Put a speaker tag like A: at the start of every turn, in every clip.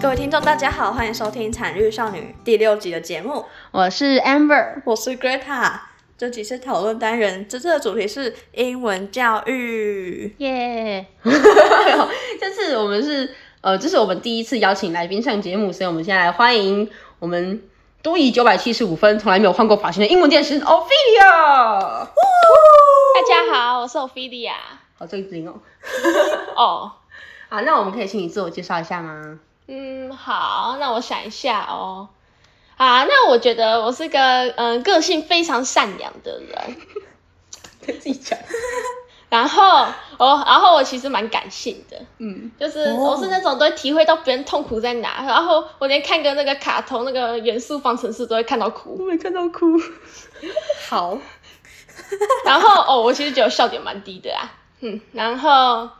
A: 各位听众，大家好，欢迎收听《惨绿少女》第六集的节目，
B: 我是 Amber，
A: 我是 Greta。这集是讨论单元，这次的主题是英文教育。
B: 耶、 哦这次我们是呃，这是我们第一次邀请来宾上节目，所以我们现在来欢迎我们多以九百七十五分从来没有换过发型的英文电视 Ophelia。
C: 大家好，我是 Ophelia。
B: 好震惊哦！
C: 哦，
B: 啊，那我们可以请你自我介绍一下吗？
C: 嗯，好，那我想一下哦。啊，那我觉得我是个嗯个性非常善良的人，
B: 自己讲。
C: 然后哦，然后我其实蛮感性的，
B: 嗯，
C: 就是
A: 哦
C: 我是那种都会体会到别人痛苦在哪，然后我连看个那个卡通那个元素方程式都会看到哭
B: 我，没看到哭。好，
C: 然后哦，我其实觉得我笑点蛮低的啊，嗯，然后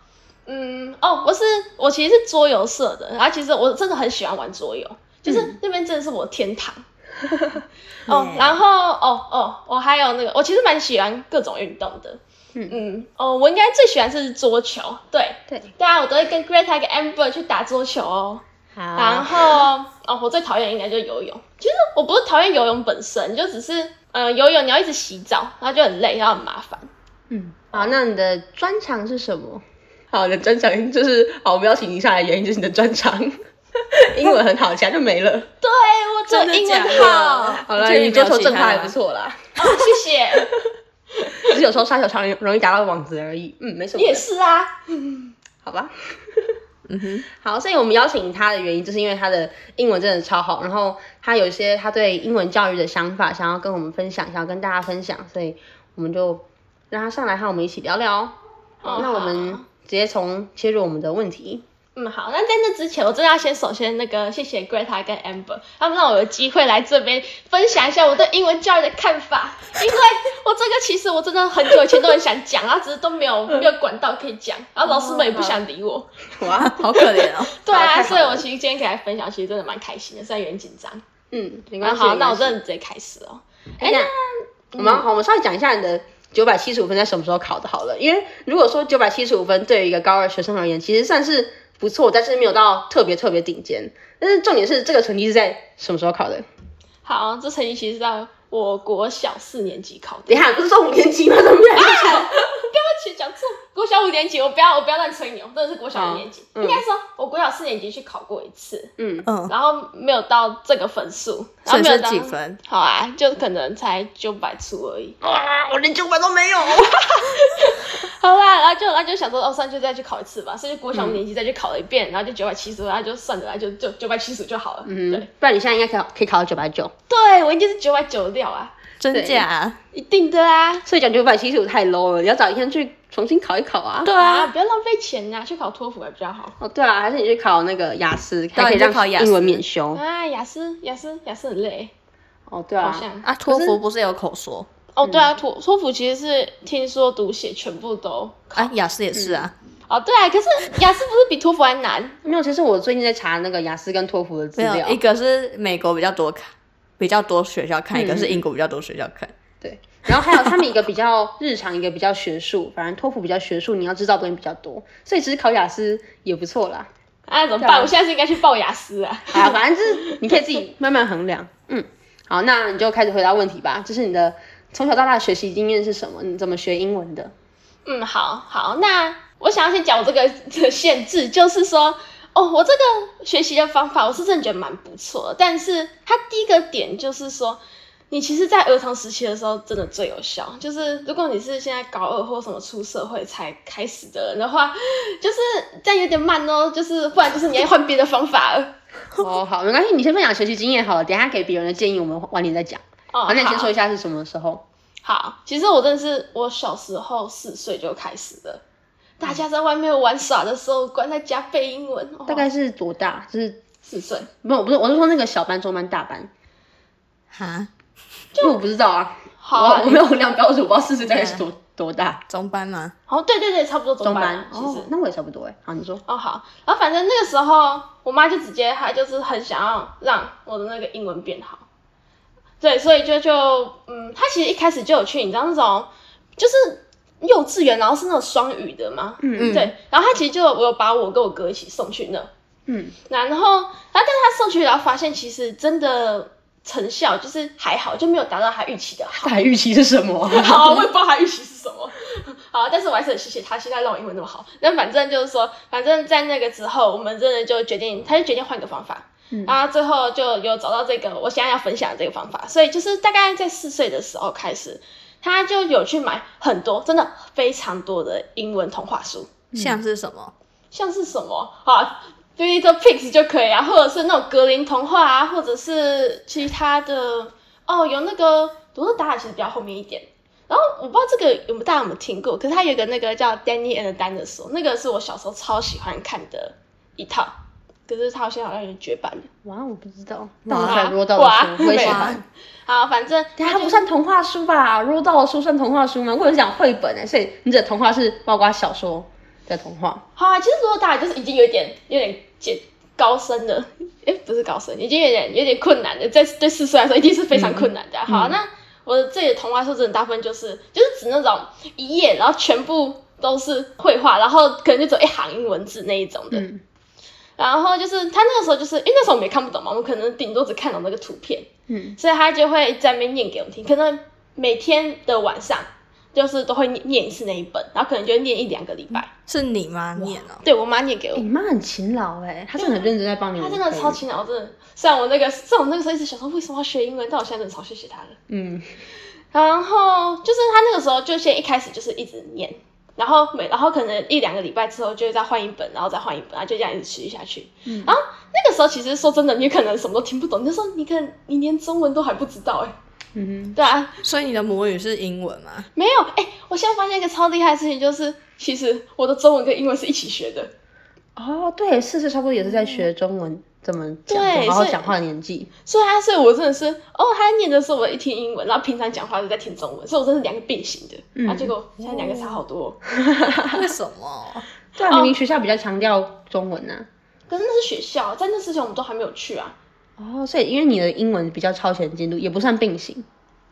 C: 嗯，哦，我是我其实是桌游社的，然后其实我真的很喜欢玩桌游，就是、那边真的是我的天堂。哦
A: Yeah，
C: 然后哦哦，我还有那个，我其实蛮喜欢各种运动的。
B: 嗯
C: 嗯，哦，我应该最喜欢是桌球，对
B: 对，
C: 对啊，我都会跟 Greta 跟 Amber 去打桌球哦。
B: 好，
C: 然后哦，我最讨厌应该就是游泳。其实我不是讨厌游泳本身，就只是呃，游泳你要一直洗澡，然后就很累，然后很麻烦。
B: 嗯，好，那你的专长是什么？好，你的专长就是好，我们邀请你上来的原因就是你的专 长，英文很好，其他就没了。
C: 对哎我只有
A: 真的
C: 英
A: 假
C: 文
A: 的
C: 好，
B: 好了，
A: 所以
B: 你桌
A: 没有
B: 球
A: 其
B: 正
A: 他
B: 拍还
A: 的
B: 不
A: 吗
B: 错啦，
C: 哦，谢谢，
B: 只是有时候杀球常容易打到网子而已。嗯，没什么
C: 你
B: 的。
C: 也是啊。
B: 好吧。
A: 嗯哼，
B: 好，所以我们邀请他的原因，就是因为他的英文真的超好，然后他有一些他对英文教育的想法，想要跟我们分享，想要跟大家分享，所以我们就让他上来和我们一起聊聊。
C: 哦
B: 那我们
C: 好
B: 直接从切入我们的问题。
C: 嗯，好，那在那之前，我真的要先首先那个谢谢 Greta 跟 Amber，他们让我有机会来这边分享一下我对英文教育的看法，因为我这个其实我真的很久以前都很想讲，然后只是都没有没有管道可以讲，然后老师们也不想理我，
B: 哇，
A: 好可怜哦。
C: 对
B: 好太好
C: 啊，
B: 了
C: 所以我其实今天可以来分享，其实真的蛮开心的，虽然有点紧张。
B: 嗯，没
C: 那
B: 关系。
C: 啊好，那我
B: 这
C: 真的直接开始哦。
B: 哎，那我们好，我们稍微讲一下你的九百七十五分在什么时候考的好了，因为如果说九百七十五分对于一个高二学生而言，其实算是不错，但是没有到特别特别顶尖。但是重点是这个成绩是在什么时候考的？
C: 好，这成绩其实是在我国小四年级考的。
B: 等一下，不是说五年级吗？怎么越来越
A: 啊
B: 小？
C: 去讲错，国小五年级，我不要我不要乱吹牛，真的是国小五年级，
B: 嗯
C: 应该说我国小四年级去考过一次，
B: 嗯，
A: 嗯，
C: 然后没有到这个分数，然
A: 所
C: 后
A: 以
C: 没有
A: 是
C: 到
A: 几？分？
C: 好啊，就可能才九百出而已。
B: 哇，啊我连九百都没有。
C: 好啦，然后就然后就想说，哦，算了就再去考一次吧，所以就国小五年级再去考了一遍，然后就九百七十，然后就算了，然后就就九百七十就好了。对
B: 嗯，，不然你现在应该考可以考到九百九，
C: 对我应该是九百九六啊，
A: 真假？
C: 一定的啊。
B: 所以讲九百七十五太 low 了，你要找一天去重新考一考啊。
A: 对
C: 啊，
A: 啊，
C: 不要浪费钱啊，去考托福还比较好。
B: 哦，对啊，还是你去考那个雅思，还可以
A: 啊你去考
B: 让
A: 雅思
B: 英文免修。
C: 啊，雅思，雅思，雅思很累，
B: 哦，对
C: 好
B: 啊，嗯
C: 像。
A: 啊，托福不是有口说
C: 哦，对啊，托托福其实是听说读写全部都考。
A: 啊，雅思也是啊，
C: 哦，对啊，可是雅思不是比托福还难？
B: 没有。其实我最近在查那个雅思跟托福的嗯资
A: 没
B: 料，
A: 有一个是美国比较多看，比较多学校看，
B: 嗯
A: 一个是英国比较多学校看。
B: 对，然后还有他们一个比较日常，一个比较学术，反正托福比较学术，你要知道的东西比较多，所以其实考雅思也不错啦。
C: 啊，怎么
B: 对啊
C: 办？我现在是应该去报雅思啊？
B: 啊，反正就是你可以自己慢慢衡量。嗯，好，那你就开始回答问题吧。就是你的从小到大的学习经验是什么？你怎么学英文的？
C: 嗯，好好，那我想要先讲我这个这个限制，就是说，哦，我这个学习的方法，我是真的觉得蛮不错的，但是它第一个点就是说，你其实，在儿童时期的时候，真的最有效。就是如果你是现在高二或什么出社会才开始的人的话，就是这样有点慢哦，就是不然就是你要换别的方法了。
B: 哦，好，没关系，你先分享学习经验好了，等一下给别人的建议，我们晚点再讲。
C: 哦，
B: 好，那你先
C: 好
B: 说一下是什么时候？
C: 好，其实我真的是我小时候四岁就开始了。大家在外面玩耍的时候，关在家背英文，哦
B: 大概是多大？就是
C: 四岁。
B: 没有，不是，我是说那个小班、中班、大班。
A: 哈，
B: 就我不知道啊，
C: 好
B: 我
C: 啊，
B: 我没有衡量标准，我不知道四岁大概是多多大。
A: 中班吗？
C: 哦，对对对，差不多中
B: 中
C: 班
B: 班，
C: 其实
B: 哦，那我也差不多哎。好，你 说。
C: 哦好，然后反正那个时候，我妈就直接她就是很想要让我的那个英文变好，对，所以就就嗯，她其实一开始就有去，你知道那种就是幼稚园，然后是那种双语的嘛，
B: 嗯
C: 对，然后她其实就我有把我跟我哥一起送去那，
B: 嗯，
C: 那然后，那但是他上去然后发现，其实真的成效就是还好，就没有达到他预期的好。
B: 还预期是什么？
C: 好，我也不知道他预期是什么。 好，但是我还是很谢谢他，现在让我英文那么好。那反正就是说，反正在那个之后，我们真的就决定，他就决定换个方法。
B: 嗯
C: 然后最后就有找到这个我现在要分享的这个方法，所以就是大概在四岁的时候开始，他就有去买很多，真的非常多的英文童话书。
A: 像是什么？
C: 像是什么啊，Billy the Pigs 就可以啊，或者是那种格林童话啊，或者是其他的哦，有那个罗德达尔其实比较后面一点。然后我不知道这个有没有大家有没有听过，可是它有一个那个叫 Danny and the Dinosaur，那个是我小时候超喜欢看的一套，可是它好像好像有点绝版了。
B: 哇，我不知道。
A: 哇
B: 那我 r o 到
C: 哇
B: 的书，我也喜
C: 嗯对
B: 欢。
C: 好，反正
B: 等下
C: 它
B: 它
C: 就
B: 不算童话书吧 r o 到的书算童话书吗？我有讲绘本哎、所以你的童话是包括小说的童话。
C: 好啊，其实罗大就是已经有点有点解高深了， 诶，不是高深，已经有点有点困难了，在对四岁来说一定是非常困难的啊。
B: 嗯
C: 好啊，那我这里的童话书真的大部分就是就是指那种一页，然后全部都是绘画，然后可能就只有一行英文字那一种的。
B: 嗯
C: 然后就是他那个时候就是因为那时候我们也看不懂嘛，我们可能顶多只看懂那个图片，
B: 嗯，
C: 所以他就会在那边念给我们听，可能每天的晚上就是都会念念一次那一本，然后可能就念一两个礼拜。
A: 是你妈念哦、
C: 对我妈念给我
B: 欸、，你妈很勤劳哎、啊她真的很认真在帮你。
C: 他真的超。勤劳，真的。虽然我那个，虽然我那个时候一直想说为什么要学英文，但我现在真的超谢谢他了。
B: 嗯，
C: 然后就是他那个时候就先一开始就是一直念，然后每然后可能一两个礼拜之后就会再换一本，然后再换一本，然后就这样一直持续下去。
B: 嗯
C: 然后那个时候其实说真的，你可能什么都听不懂，那时候你可能你连中文都还不知道哎、
B: 嗯
C: 对啊，
A: 所以你的母语是英文吗？
C: 没有哎、我现在发现一个超厉害的事情，就是其实我的中文跟英文是一起学的。
B: 哼，哦，对，四岁差不多也是在学中文怎么讲，
C: 对
B: 然后
C: 所以
B: 讲话的年纪。
C: 所以他，所以我真的是，哦，他念的时候我一听英文，然后平常讲话就在听中文，所以我真的是两个并行的。
B: 嗯
C: 啊，结果现在两个差好多哦、
A: 为什么？
B: 对啊，明明学校比较强调中文啊呐、
C: 可是那是学校，在那之前我们都还没有去啊。
B: 哦，所以因为你的英文比较超前进度，也不算并行。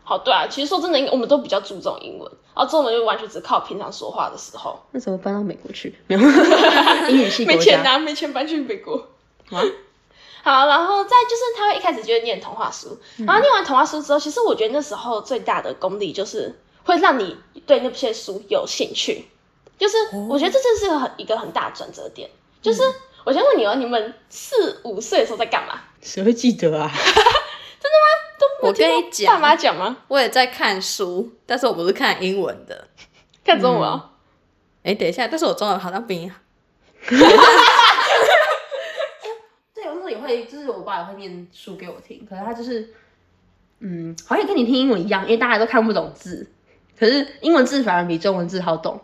C: 好，对啊，其实说真的，我们都比较注重英文，然后中文就完全只靠平常说话的时候。
B: 那怎么搬到美国去？ 没有，英语系国
C: 没钱
B: 家。
C: 拿、没钱搬去美国。
B: 啊
C: 好，然后再就是他会一开始就会念童话书，
A: 嗯
C: 然后念完童话书之后，其实我觉得那时候最大的功力就是会让你对那些书有兴趣，就是
A: 哦嗯
C: 我觉得这真是很一个很大的转折点。就是我先问你哦，你们四五岁的时候在干嘛？
B: 谁会记得啊？
C: 都没有
A: 我跟你
C: 听到
A: 讲
C: 爸妈讲吗？
A: 我也在看书，但是我不是看英文的。
C: 看中文
A: 嗯
C: 哦，
A: 哎、等一下，但是我中文好像比你好。
B: 对，我那时候也会，就是我爸也会念书给我听，可是他就是，嗯，好像也跟你听英文一样，因为大家都看不懂字，可是英文字反而比中文字好懂，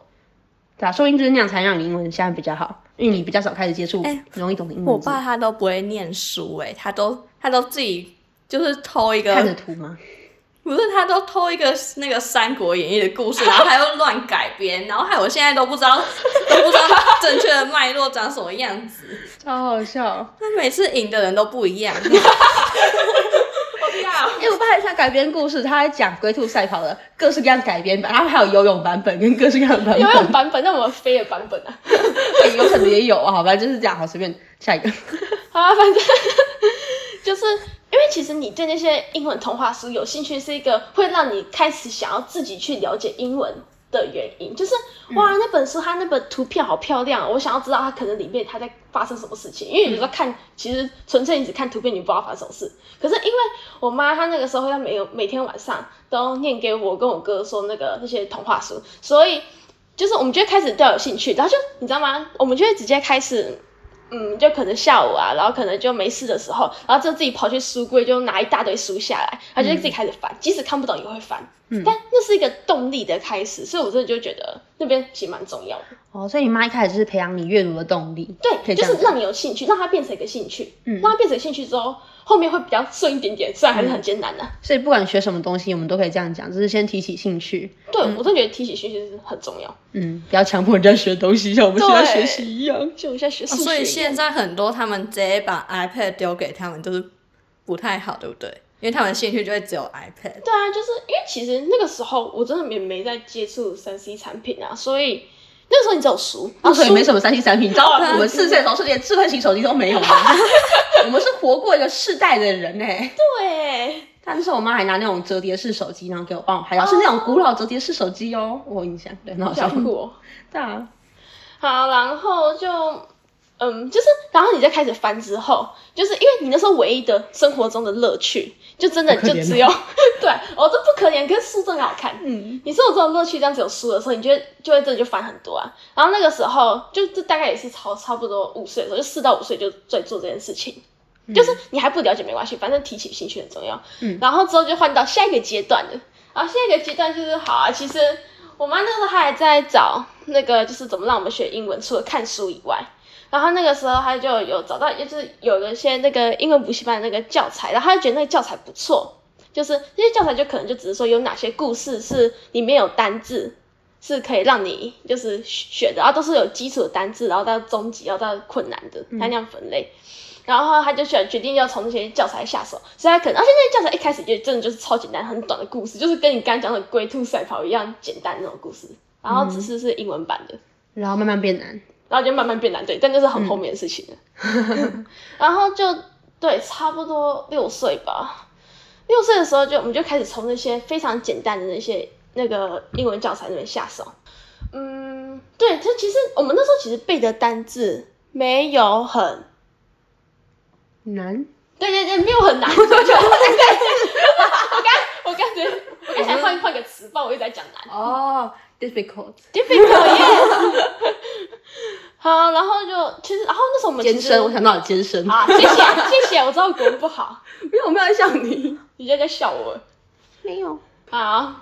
B: 对啊，说不定就是那样才让你英文现在比较好，因为你比较少开始接触
A: 哎
B: 容易懂的英
A: 我
B: 文字，
A: 爸他都不会念书、诶，哎，他都他都自己就是偷一个，
B: 看着图吗？
A: 不是他都偷一个那个《三国演义》的故事，然后他又乱改编，然后害我现在都不知道 都不知道正确的脉络长什么样子。
B: 超好笑！
A: 他每次赢的人都不一样，
C: 好厉害哦！
B: 因为哎我爸还想改编故事，他还讲龟兔赛跑的各式各样改编版，然后还有游泳版本跟各式各样的版
C: 有没有
B: 本，
C: 版本？那我们飞的版本啊？
B: 哎有可能也有啊，好吧，就是这样，好随便下一个，
C: 好啊，反正 就是因为其实你对那些英文童话书有兴趣，是一个会让你开始想要自己去了解英文的原因。就是哇，那本书它那本图片好漂亮哦，我想要知道它可能里面它在发生什么事情。因为有时候看，其实纯粹你只看图片，你不知道发生什么事。可是因为我妈她那个时候要每每天晚上都念给我跟我哥说那个那些童话书，所以就是我们就会开始都有兴趣，然后就你知道吗？我们就会直接开始。嗯，就可能下午啊，然后可能就没事的时候，然后就自己跑去书柜就拿一大堆书下来，然后就自己开始翻，即使看不懂也会翻。
B: 嗯
C: 但那是一个动力的开始，所以我真的就觉得那边其实蛮重要的。
B: 哦，所以你妈一开始就是培养你阅读的动力，可
C: 对，
B: 以这
C: 就
B: 样
C: 是
B: 讲
C: 让你有兴趣，让它变成一个兴趣，
B: 嗯
C: 让它变成兴趣之后，后面会比较顺一点点，虽然还是很艰难啊的、
B: 所以不管学什么东西，我们都可以这样讲，就是先提起兴趣，
C: 对、我真的觉得提起兴趣是很重要，
B: 嗯，不要强迫人家学东西，像我们现在学
C: 对
B: 习一样。
C: 就我们现在学数学
A: 啊哦
C: 一样、
A: 所以现在很多他们直接把 iPad 丢给他们，就是不太好，对不对？因为他们的兴趣就会只有 iPad。
C: 对啊，就是因为其实那个时候我真的也没在接触三 C 产品啊，所以那时候你只有书，啊
B: 那时候也哦没
C: 书
B: 什么三 C 产品，你知道我们四岁的时候是连智慧型手机都没有吗？ 我们是活过一个世代的人呢、
C: 对，
B: 但是我妈还拿那种折叠式手机，然后给我帮我拍照，是那种古老折叠式手机哦，我有印象，对，很好
C: 小
B: 笑。
C: 酷哦。
B: 对啊，
C: 好，然后就，嗯，就是，然后你再开始翻之后，就是因为你那时候唯一的生活中的乐趣，就真的
B: 好可
C: 就
B: 怜啊
C: 只有， 对，哦，这不可怜，可是书真的好看。
B: 嗯，
C: 你说我这种乐趣，这样子有书的时候，你就会就会真的就翻很多啊。然后那个时候，就就大概也是超差不多五岁的时候，就四到五岁就在做这件事情。就是你还不了解没关系，反正提起兴趣很重要。
B: 嗯
C: 然后之后就换到下一个阶段了。然后下一个阶段就是好啊，其实我妈那时候她还在找那个就是怎么让我们学英文，除了看书以外。然后那个时候她就有找到，就是有了一些那个英文补习班的那个教材，然后她就觉得那个教材不错，就是这些教材就可能就只是说有哪些故事是里面有单字， 是可以让你就是学的，然后都是有基础的单字，然后到中级，然后到困难的，他那样分类。然后他就选决定要从那些教材下手，所以他可能，而且那些教材一开始就真的就是超简单、很短的故事，就是跟你刚刚讲的《龟兔赛跑》一样简单那种故事，然后只是是英文版的，
B: 然后慢慢变难。
C: 然后就慢慢变难对，但就是很后面的事情了。然后就对，差不多六岁吧，六岁的时候就我们就开始从那些非常简单的那些那个英文教材那边下手。嗯，对，就其实我们那时候其实背的单字没有很
B: 难，
C: 对对对，没有很难，就我刚我刚觉得我刚想换换个词，不然我一直在讲难
B: 哦，difficult，
C: ，difficult yes。好，然后就其实，然后那时候我们其
B: 艰
C: 实
B: 深，我想到了艰深，
C: 啊，谢 谢谢谢，我知道我国文不好，
B: 没有，我没有在笑你，
C: 你就在笑我。
B: 没有，
C: 好，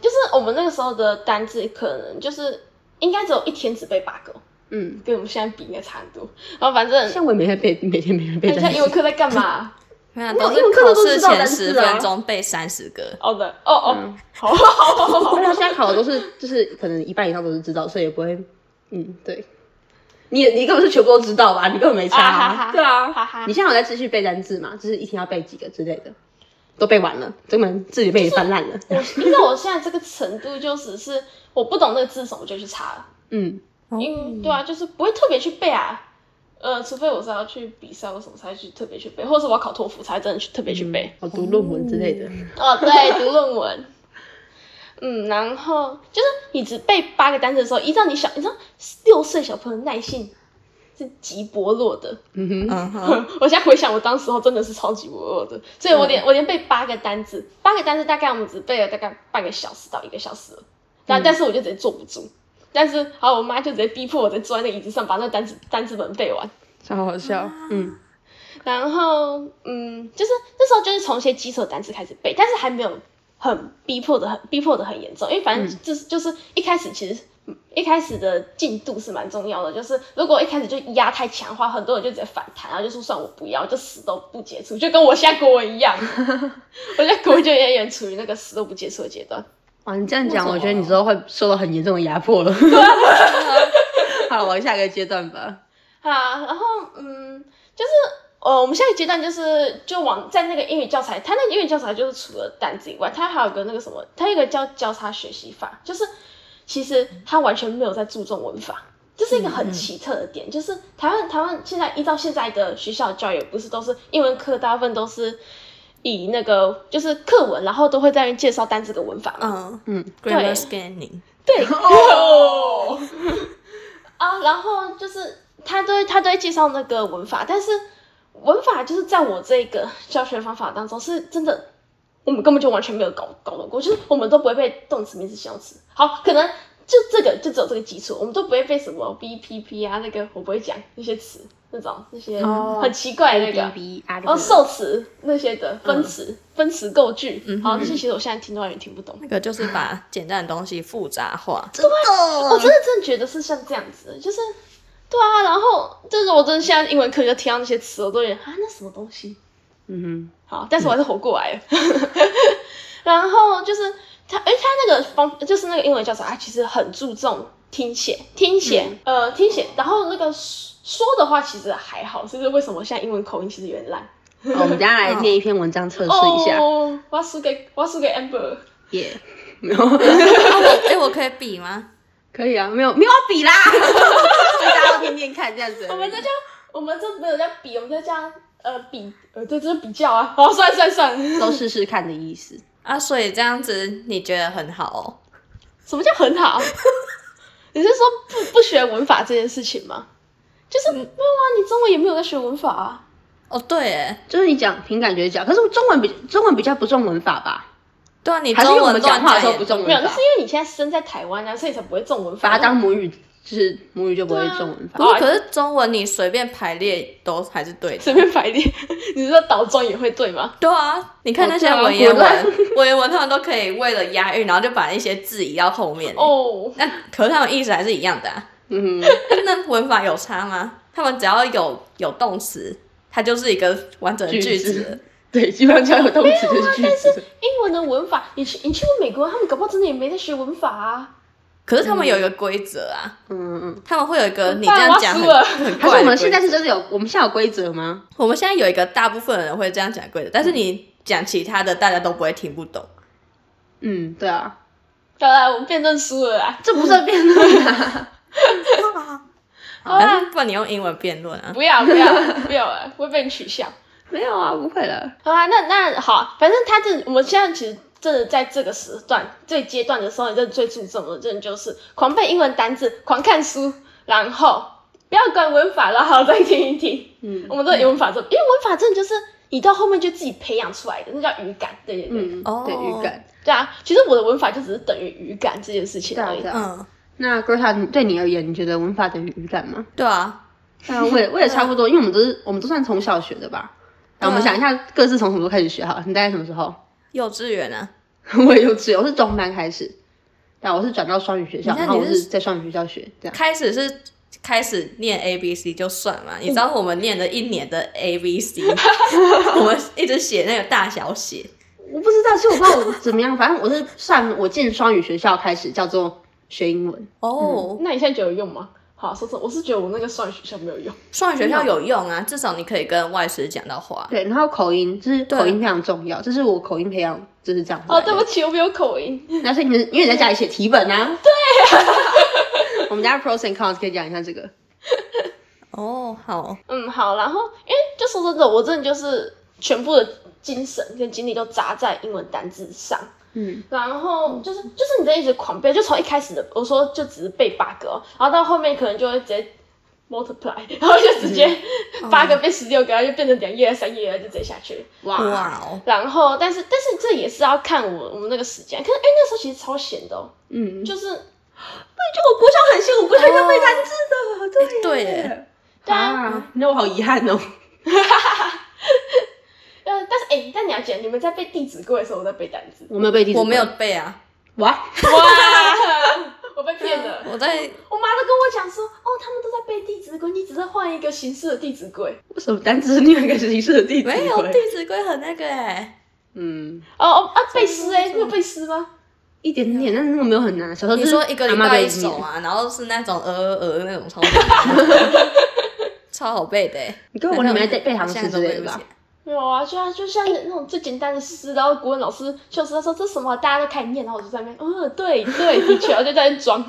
C: 就是我们那个时候的单字，可能就是应该只有一天只背八个，
B: 嗯，
C: 跟我们现在比应该差很多。然后反正
B: 像我也没在背，每天没人背
C: 你
B: 单
C: 看英文
B: 词，
C: 课在干嘛？
A: 没有，啊
B: 没有
A: 都是
B: 因为课
A: 考
B: 都
A: 试
B: 知道
A: 前
B: 单
A: 十
B: 字啊
A: 分钟背三十个。
C: 哦的，哦哦
B: 嗯，
C: 好好好 好好
B: 而且他哦现在考的都是，就是可能一半以上都是知道，所以也不会，嗯，对，你也你根本是全部都知道吧？你根本没差
C: 啊
B: 啊、
C: 哈哈，
B: 对啊，
C: 哈哈
B: 你。现在有在继续背单字吗？就是一天要背几个之类的，都背完了，根本自己背也翻 烂了。
C: 我依照我现在这个程度，就只是我不懂那个字什么，我就去查了。
B: 嗯，
C: 因对啊，就是不会特别去背啊。呃，除非我是要去比赛或什么才去特别去背，或者是我要考托福才真的去特别去背。
B: 我读论文之类的。
C: 哦，对，读论文。嗯，然后就是你只背八个单词的时候，依照你小，你知道六岁小朋友的耐性是极薄弱的。
B: 嗯哼，
A: 嗯哼，
C: 我现在回想，我当时候真的是超级薄弱的，所以我连、我连背八个单字，八个单字大概我们只背了大概半个小时到一个小时了，但、但是我就直接坐不住。但是，好，我妈就直接逼迫我在坐在那个椅子上把那个单词单字本背完。
B: 超好笑。
C: 啊
B: 嗯，
C: 然后，嗯，就是那时候就是从一些基础的单词开始背，但是还没有很逼迫的很逼迫的很严重，因为反正就是、就是一开始其实嗯一开始的进度是蛮重要的，就是如果一开始就压太强的话，很多人就直接反弹，然后就说算我不要，就死都不接触，就跟我现在国文一样，我现在国文就远远处于那个死都不接触的阶段。
B: 哇，你这样讲，
A: 为什么
B: 我觉得你之后会受到很严重的压 迫了。 好，往下一个阶段吧。
C: 啊，然后嗯，就是呃，我们下一个阶段就是就往在那个英语教材，它那个英语教材就是除了单字以外，它还有个那个什么，它有一个叫交叉学习法，就是其实它完全没有在注重文法。这是一个很奇特的点，就是台湾台湾现在依照现在的学校教育，不是都是英文课大部分都是以那个就是课文，然后都会在那边介绍单字跟文法嘛。
A: 嗯
B: 嗯
A: ，grammar scanning，
C: 对
B: 哦
C: 啊，然后就是他都会他都会介绍那个文法，但是文法就是在我这个教学方法当中是真的，我们根本就完全没有搞搞懂过，就是我们都不会被动词、名词、形容词。好，可能就这个就只有这个基础，我们都不会被什么 B P P 啊那个我不会讲那些词那种那些
B: 哦
C: 很奇怪的那个。
B: B 啊，
C: 然后受词那些的分词、
B: 嗯
C: 分词构句，好，这些其实我现在听都有点听不懂。
A: 那个就是把简单的东西复杂 化。
C: 我真的真的觉得是像这样子的，就是对啊，然后就是我真的现在英文课就听到那些词，我都有点啊，那什么东西？
B: 嗯
C: 好，但是我还是活过来了。 然后就是他，哎，他那个方就是那个英文教材，啊他其实很注重听写，听写，
B: 嗯
C: 呃，听写。然后那个说说的话其实还好，就是为什么现在英文口音其实有点烂。
B: 哼，好我们等一下来念一篇文章测试一下。
C: 哦，我 要输给我要输给 Amber。
B: 耶，没有，
A: 哎，我可以比吗？
B: 可以啊，没有没有要比啦，所以大家要听听看这样 子。
C: 我们这叫我们这没有在比，我们在叫呃比呃对，这是比较啊。好，算算算，
B: 都试试看的意思。
A: 啊，所以这样子你觉得很好哦？
C: 什么叫很 好？你是说不不学文法这件事情吗？就是没有啊，你中文也没有在学文法啊。
A: 哦，对，哎，
B: 就是你讲凭感觉讲，可是中文比中文比较不重文法吧？
A: 对啊，你
B: 还是
A: 中
B: 因为我
A: 文
B: 们
A: 乱
B: 讲话的时
A: 讲
B: 候
A: 也
B: 不重
C: 没有，
B: 文
C: 那
B: 法
C: 是，因为你现在身在台湾啊，所以才不会中文法。
B: 把它当母语，就是母语就不会中文法。
A: 不是，可是中文你随便排列都还是对的。
C: 随便排列， 你说倒装也会对吗？
A: 对啊，你看那些
B: 哦对啊
A: 文言
B: 果然
A: 文， 文言文他们都可以为了押韵，然后就把一些字移到后面。
C: 哦，
A: 那可是他们意思还是一样的啊。
B: 嗯，
A: 那文法有差吗？他们只要有有动词，它就是一个完整的句
B: 句
A: 子
B: 子
A: 了。
B: 对，基本上只要有动词就是句子。
C: 英文的文法，你去你去问美国人，他们搞不好真的也没在学文法啊。
A: 可是他们有一个规则啊，
B: 嗯嗯，
A: 他们会有一个你
C: 怎
A: 这
C: 么办
A: 样讲
C: 我要
A: 很
C: 输
A: 很
B: 还是
A: 怪。
B: 我们现在是，真的有，我们现在有规则吗？
A: 我们现在有一个大部分人会这样讲规则，但是你讲其他的，大家都不会听不 懂。
B: 嗯，对啊，
C: 当然，我们辩论输了啊。
B: 这不算辩论啊。
C: 好啦
A: 但是不然你用英文辩论啊？
C: 不要不要不要了，会被你取笑。
B: 没有啊，不会了。
C: 好啊，那那好，反正他这我们现在其实真的在这个时段、这阶段的时候，你真的最注重的，真的就是狂背英文单字、狂看书，然后不要管文法，然后再听一听。
B: 嗯
C: 我们这文法这，因为文法真的就是你到后面就自己培养出来的，那叫语感。对对对，
B: 嗯，
A: 哦
B: 对，语感。
C: 对啊，其实我的文法就只是等于语感这件事情
B: 对啊
C: 而已。
B: 对啊
A: 嗯，
B: 那 Greta，你对你而言，你觉得文法等于语感吗？
A: 对啊，
B: 啊，我也我也差不多，因为我们都是我们都算从小学的吧。然后我们
A: 对啊
B: 想一下各自从什么时候开始学好了？你大概什么时候？
A: 幼稚园啊，
B: 我也幼稚园，我是中班开始，然后我是转到双语学校，
A: 你看
B: 然
A: 你
B: 后我
A: 是
B: 是在双语学校学这样。
A: 开始是开始念 A B C 就算
B: 嗯
A: 嘛，你知道我们念了一年的 A B C，我们一直写那个大小写，
B: 我不知道，其实我不知道我怎么 样，反正我是上我进双语学校开始叫做学英文，嗯
A: 哦，
C: 那你现在觉得有用吗？好，说真的，我是觉得我那个双语学校没有用。
B: 啊
A: 双语学校有用啊，至少你可以跟外师讲到话。
B: 对，然后口音就是
A: 对
B: 口音非常重要，这是我口音培养就是这样。
C: 哦，对不，起，我没有口音。
B: 那是你因为你在家里写题本啊。对， 我们家的 pros and cons 可以讲一下这个。
A: 哦，好，
C: 嗯，好，然后因为就说真的，我真的就是全部的精神跟精力都砸在英文单字上，
B: 嗯，
C: 然后就是就是你在一直狂背，就从一开始的我说就只是背八个哦，然后到后面可能就会直接 multiply，然 后就直接
B: 嗯
C: 八个变十六个，然后就变成两页三页，啊就直接下去。
B: 哇，
A: 哇哦，
C: 然后，但是但是这也是要看我我们那个时间，可是哎，那时候其实超闲的哦，
B: 嗯，哦就
C: 就是
B: 就我国小很幸福，国小要背单词的，对
A: 对耶
B: 耶
C: 对啊
B: 啊，那我好遗憾哦。。
C: 呃，但是哎，但你要记得，你们在背《弟子规》的时候，我在背单词
B: 我没有背地址，
A: 我没有背啊，
B: 哇，
C: 哇， 我被骗了。
A: 我在
C: 我妈都跟我讲说，哦，他们都在背《弟子规》，你只是换一个形式的《弟子规》。
B: 为什么单词是另外一个形式的地址？
A: 没有《弟子规》很那个哎、
B: 嗯，
C: 哦哦啊，背诗哎，你有背诗吗？
B: 一点点，但是那个没有很难。啊小时候
A: 你
B: 就是
A: 说一个
B: 阿
A: 礼
B: 嬷
A: 拜
B: 背
A: 一
B: 的
A: 首
B: 念，
A: 啊，然后是那种呃呃呃那种超难 的超好背的、欸。
B: 你跟我里面背背唐
A: 现在
B: 诗
A: 都
B: 之
A: 背
B: 类
A: 不
B: 的
A: 起来
B: 吧？
C: 没有啊，就像就像那种最简单的诗，然后国文老师就是他说这是什么，大家都开始念，然后我就在那边，嗯，对对，的确，我就在那边装。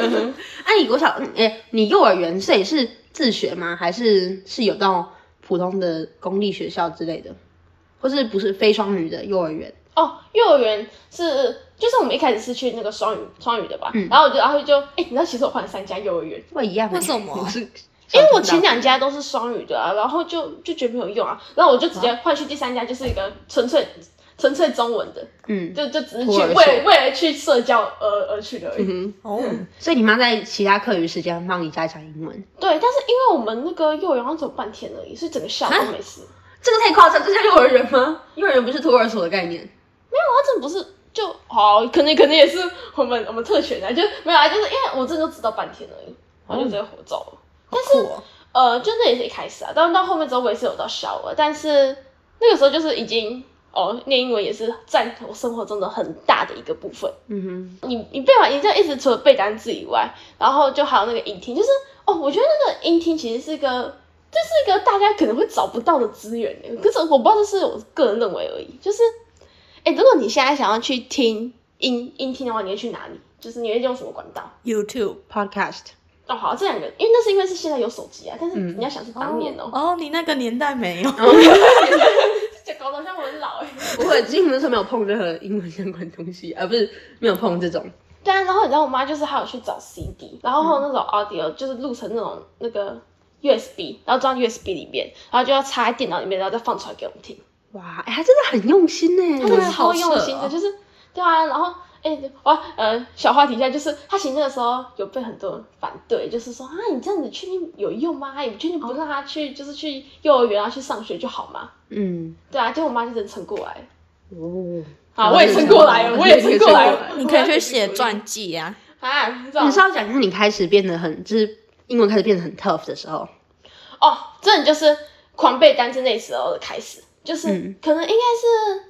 B: 哎，你国小，嗯哎，你幼儿园所以是自学吗？还是是有到普通的公立学校之类的，或是不是非双语的幼儿园？
C: 哦，幼儿园是就是我们一开始是去那个双语双语的吧，
B: 嗯
C: 然后我就然后就哎、你知道其实我换了三家幼儿园，
B: 不一样欸，
A: 为什么
B: 我是
C: 因为我前两家都是双语的啊，然后就就觉得没有用啊，然后我就直接换去第三家，就是一个纯粹纯粹中文的，
B: 嗯
C: 就就只是去
B: 托儿
C: 为
B: 所
C: 了为了去社交而而去的而已。
B: 嗯哼，
A: 哦，
B: 所以你妈在其他课余时间帮你家讲英文，
C: 对，但是因为我们那个幼儿园好像只有半天而已，所以整个下午都没事。
B: 这个太夸张，这叫幼儿园吗？幼儿园不是托儿所的概念，
C: 他真的不是就好，可能可能也是我们我们特权啊，就没有啊，就是因为我真的就只到半天而已，然后就直接活走了。
A: 但是、哦、
C: 呃，就那也是一开始啊，当然到后面之后我也是有到小额，但是那个时候就是已经哦，念英文也是占我生活中的很大的一个部分。
B: 嗯哼，
C: 你你背完，你就一直除了背单词以外，然后就还有那个音听，就是哦，我觉得那个音听其实是一个，这是一个大家可能会找不到的资源耶可是我不知道这是我个人认为而已，就是，哎，如果你现在想要去听音音听的话，你会去哪里？就是你会用什么管道？
A: YouTube。
B: podcast，
C: 哦，好，这两个，因为那是因为是现在有手机啊，但是
B: 嗯
C: 你要想是当年哦，
A: 哦，你那个年代没有。
C: 这搞得好像我很老哎、
B: 不会，英文的时候没有碰任何英文相关东西，而不是没有碰这种。
C: 对啊，然后你知道我妈就是还有去找 CD，然后那种 audio 就是录成那种那个 USB，然后装 USB 里面，然后就要插在电脑里面，然后再放出来给我们听。
B: 哇，哎、他真的很用心呢。
C: 嗯他真的啊超
A: 好
C: 用
A: 扯
C: 心的，
A: 哦
C: 就是对啊，然后哎、哇呃，小话题一下，就是他其实那个时候有被很多人反对，就是说啊，你这样子确定有用吗？你确定不让他去，就是去幼儿园然后去上学就好吗？
B: 嗯，
C: 对啊，结果我妈就真的撑过来了
B: 哦，
C: 啊，我也撑过来了，我也撑过来了，
A: 你可以去写传记呀、
C: 啊，你知道
B: 你
C: 吗
B: 是要讲一下你开始变得很，就是英文开始变得很 tough 的时候。
C: 哦，真的就是狂背单词那时候的开始，就是、
B: 嗯
C: 可能应该是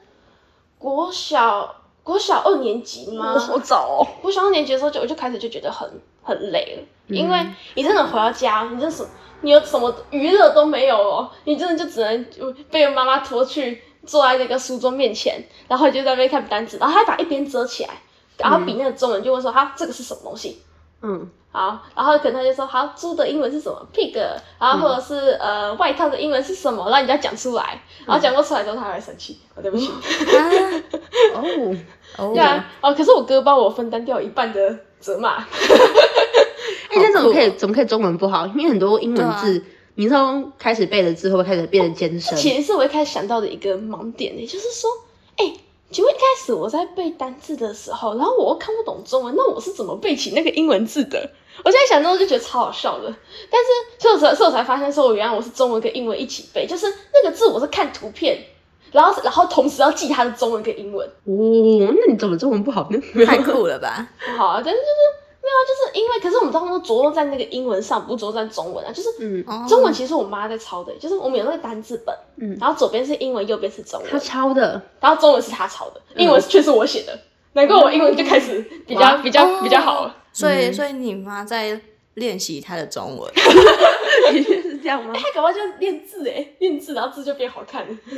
C: 国小国小二年 级吗？
B: 早哦。
C: 我小二年级的时候就我就开始就觉得很很累了，
B: 嗯
C: 因为你真的回到家，你真的什你有什么娱乐都没有哦，你真的就只能就被妈妈拖去坐在那个书桌面前，然后就在那边看单子，然后还把一边遮起来，然后比那个中文就问说他、这个是什么东西。
B: 嗯，
C: 好，然后可能他就说好，猪的英文是什么？pig，然后或者是、呃外套的英文是什么？然后你就要讲出来，然后讲过出来之后他还会生气，嗯哦、对不起，
B: 哦，
A: 啊哦
C: 对啊，哦，可是我哥帮我分担掉一半的责骂，
B: 哎、那怎么可以怎么可以中文不好？因为很多英文字，你从开始背了之后，会开始变得艰
C: 这其
B: 深。
C: 实是我一开始想到的一个盲点也就是说，哎、请问一开始我在背单字的时候，然后我又看不懂中文，那我是怎么背起那个英文字的？我现在想到就觉得超好笑的，但是所以我才所以我才发现说，我原来我是中文跟英文一起背，就是那个字我是看图片，然后然后同时要记它的中文跟英文。
B: 哦，那你怎么中文不好呢？
A: 太酷了吧！
C: 好啊，但是就是没有啊，就是因为可是我们当中都着重在那个英文上，不着重在中文啊，就是
B: 嗯
A: 哦
C: 中文其实是我妈在抄的，欸就是我们有那个单字本，
B: 嗯
C: 然后左边是英文，右边是中文，
B: 他抄的。
C: 然后中文是他抄的，英文却是我写的，难怪我英文就开始比较比较
A: 哦
C: 比较好了。
A: 所以，
B: 嗯
A: 所以你妈在练习她的中文。
B: 的确 是这样吗
C: 哎，他搞不好就是练字哎，练字然后字就变好看了。 对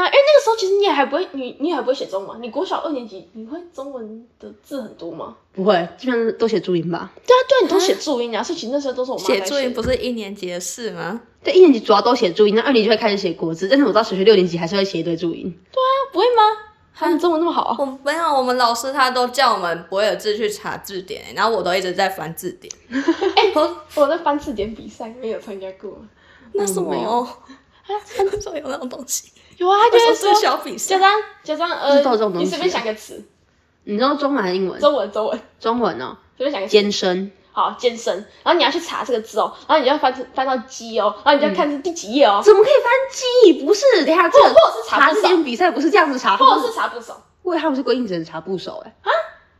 C: 啊，因为那个时候其实你也还不会，你你也还不会写中文，啊你国小二年级你会中文的字很多吗？
B: 不会，基本上都写注音吧。
C: 对啊，对啊，你都写注音啊，所以其实那时候 都是我妈在
A: 写作业不是一年级的事吗？
B: 对，一年级主要都写注音，那二年级就会开始写国字，但是我到小学六年级还是会写一堆注音。
C: 不会吗？啊，你中文那么好啊？
A: 我没有，我们老师他都叫我们不会有字去查字典、欸然后我都一直在翻字典。
C: 哎，我我在翻字典比赛，没有参加过。
A: 那什么
B: 没 有
A: 啊？那时候有那种东西？
C: 有啊，他就
A: 那时
C: 是
A: 候是
C: 说，
A: 小比
C: 假
A: 赛。
C: 装假装呃
B: 知道这种，东
C: 你
B: 西
C: 随便想个词，
B: 你知道中文还是英文？哦
C: 中文中文，
B: 中文哦，
C: 随便想个词。
B: 艰深。
C: 好，健身，然后你要去查这个字哦，然后你就要翻翻到鸡哦，然后你就要看是第几页哦，
B: 怎么可以翻鸡？不是，等一下这
C: 或
B: 个
C: 或者是查
B: 查
C: 不
B: 字
C: 熟
B: 典比赛不是这样子查，
C: 或者是查不熟。
B: 为他们是规定只能查部首哎、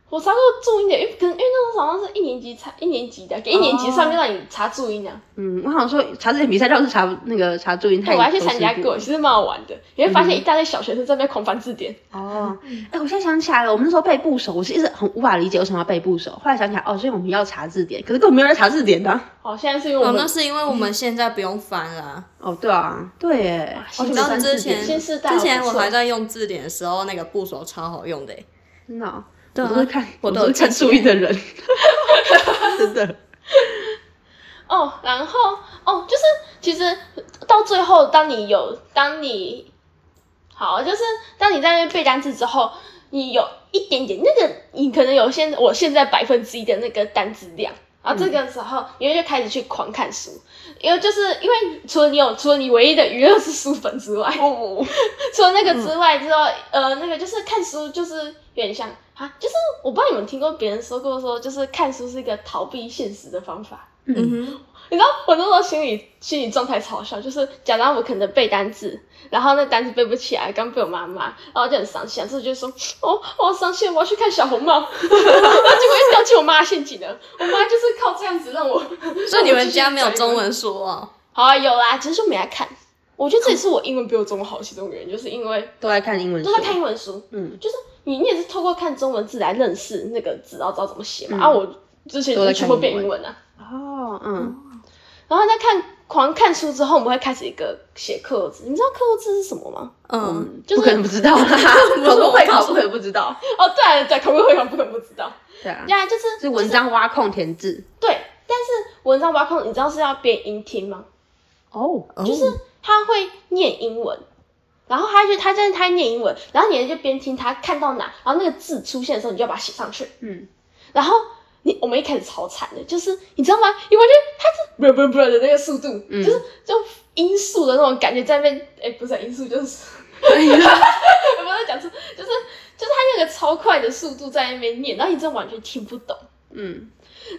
C: 我查过注音的，因为可能因为那时候好像是一年级查一年级的，给一年级上面让你查注音啊。
B: 嗯，我好像说查字典比赛倒是查那个查注音
C: 对，
B: 太，
C: 我还去参加过，其实蛮好玩的。你会发现
B: 嗯
C: 一大堆小学生在那边狂翻字典，
B: 哦，哎、我现在想起来了，我们那时候背部首，我是一直很无法理解为什么要背部首。后来想起来，哦，所以我们要查字典，可是根本没有人查字典的啊、
C: 好，现在是因为我
A: 哦，
C: 们
A: 那是因为我们现在不用翻了、
B: 哦，对啊，对耶，
C: 哇
B: 哦，
A: 你知
B: 就没
A: 道
B: 翻
A: 之
B: 字典
A: 前
C: 新世代好
A: 之前
C: 不
A: 我
C: 错
A: 还在用字典的时候，那个部首超好用的欸。
B: 真的哦、
A: 对啊
B: 我都是看
A: 我都有
B: 都是看
A: 记起
B: 注音的人， 真的。
C: 哦，然后哦，就是其实到最后，当你有当你好，就是当你在那边背单词之后，你有一点点那个，你可能有现我现在百分之一的那个单词量。然后这个时候，你会就开始去狂看书，因为就是因为除了你有除了你唯一的娱乐是书本之外，
B: 哦，
C: 除了那个之外之后，呃，那个就是看书，就是有点像啊，就是我不知道你们听过别人说过说，就是看书是一个逃避现实的方法。
A: 嗯
B: 嗯，
A: 哼，
C: 你知道我那时候心理心理状态超好笑，就是假装我可能背单字，然后那单字背不起来，刚被我妈骂，然后就很伤心，所以就说哦，我好伤心，我要去看小红帽，然后 结果又掉进我妈的陷阱了。我妈就是靠这样子让我，
A: 所以你
C: 让我
A: 们
C: 继续
A: 家没有
C: 转移
A: 中？文书哦？
C: 好啊，有啦，只是就没来看。我觉得这也是我英文比我中文好的其中一个原因，就是因为
B: 都在看英文书
C: 都。在看英文书，
B: 嗯，
C: 就是你你也是透过看中文字来认识那个字，然后知道怎么写嘛。
B: 嗯
C: 啊，我之前
B: 都在看
C: 全部
B: 英文
C: 变英文啊。
B: 哦，嗯，
C: 然后在看狂看书之后，我们会开始一个写课后字。你知道课后字是什么吗？
A: 嗯，
C: 就是
B: 不可能不知道啦，
A: 不是
B: 考
A: 我
B: 不会考
A: 告诉
B: 不可能不知道，
C: 哦，对对，可不可以？不可不 知道。
B: 对啊，
C: 呀，就是
B: 是文章挖空填字
C: 对，但是文章挖空，你知道是要编音听吗？
B: 哦，
A: 就是
C: 他会念英文，然后他就他真的他念英文，然后你就边听他看到哪，然后那个字出现的时候，你就要把它写上去。
B: 嗯，
C: 然后你我们一开始超惨的，就是你知道吗？因为就它是不不不的那个速度，
B: 嗯
C: 就是就音速的那种感觉在那边，哎，不是音速，就是 我刚才讲错，就是就是它那个超快的速度在那边念，然后你真的完全听不懂。
B: 嗯，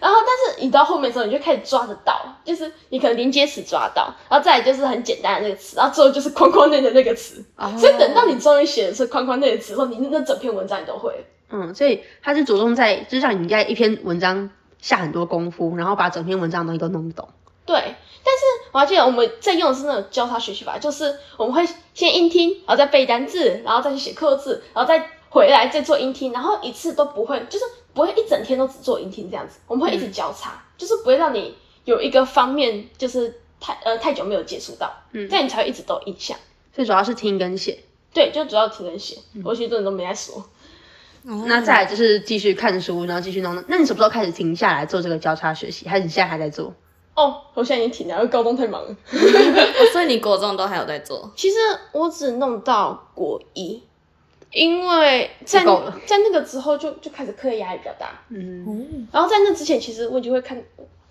C: 然后，但是你到后面的时候，你就开始抓得到，就是你可能连接词抓到，然后再来就是很简单的那个词，然后最后就是框框内的那个词。
B: 哦
C: 所以等到你终于写的是框框内的词后，你那那整篇文章你都会了。
B: 嗯，所以它是着重在，就是让你在一篇文章下很多功夫，然后把整篇文章的东西都弄懂。
C: 对，但是我还记得我们在用的是那种交叉学习法，就是我们会先音听，然后再背单字，然后再去写课字，然后再回来再做音听，然后一次都不会，就是不会一整天都只做音听这样子，我们会一直交叉，就是不会让你有一个方面就是太呃太久没有接触到，
B: 嗯
C: 这样你才会一直都有印象。
B: 所以主要是听跟写，
C: 对，就主要听人写，我其实真的都没在说。
A: 哦
B: 那再来就是继续看书，然后继续弄。那你什么时候开始停下来做这个交叉学习？还是你现在还在做？
C: 哦，我现在已经停了，因为高中太忙了。
A: 哦所以你国中都还有在做，
C: 其实我只弄到国一，因为在
B: 不够了
C: 在那个之后就就开始课业压力比较大，
B: 嗯，
C: 然后在那之前其实我就会看，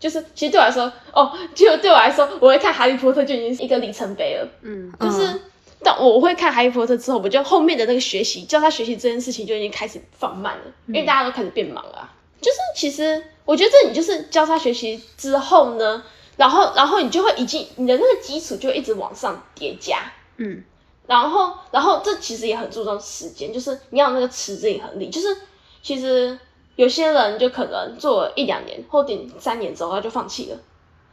C: 就是其实对我来说，哦，就对我来说，我会看《哈利波特》就已经是一个里程碑了，
B: 嗯，
C: 就是。
A: 嗯
C: 但我会看《哈利波特》之后，我就后面的那个学习，教他学习这件事情就已经开始放慢了，因为大家都开始变忙了啊、就是其实我觉得这你就是交叉学习之后呢，然后然后你就会已经你的那个基础就一直往上叠加，
B: 嗯，
C: 然后，然后这其实也很注重时间，就是你要有那个持之以恒力。就是其实有些人就可能做了一两年或顶三年之后他就放弃了。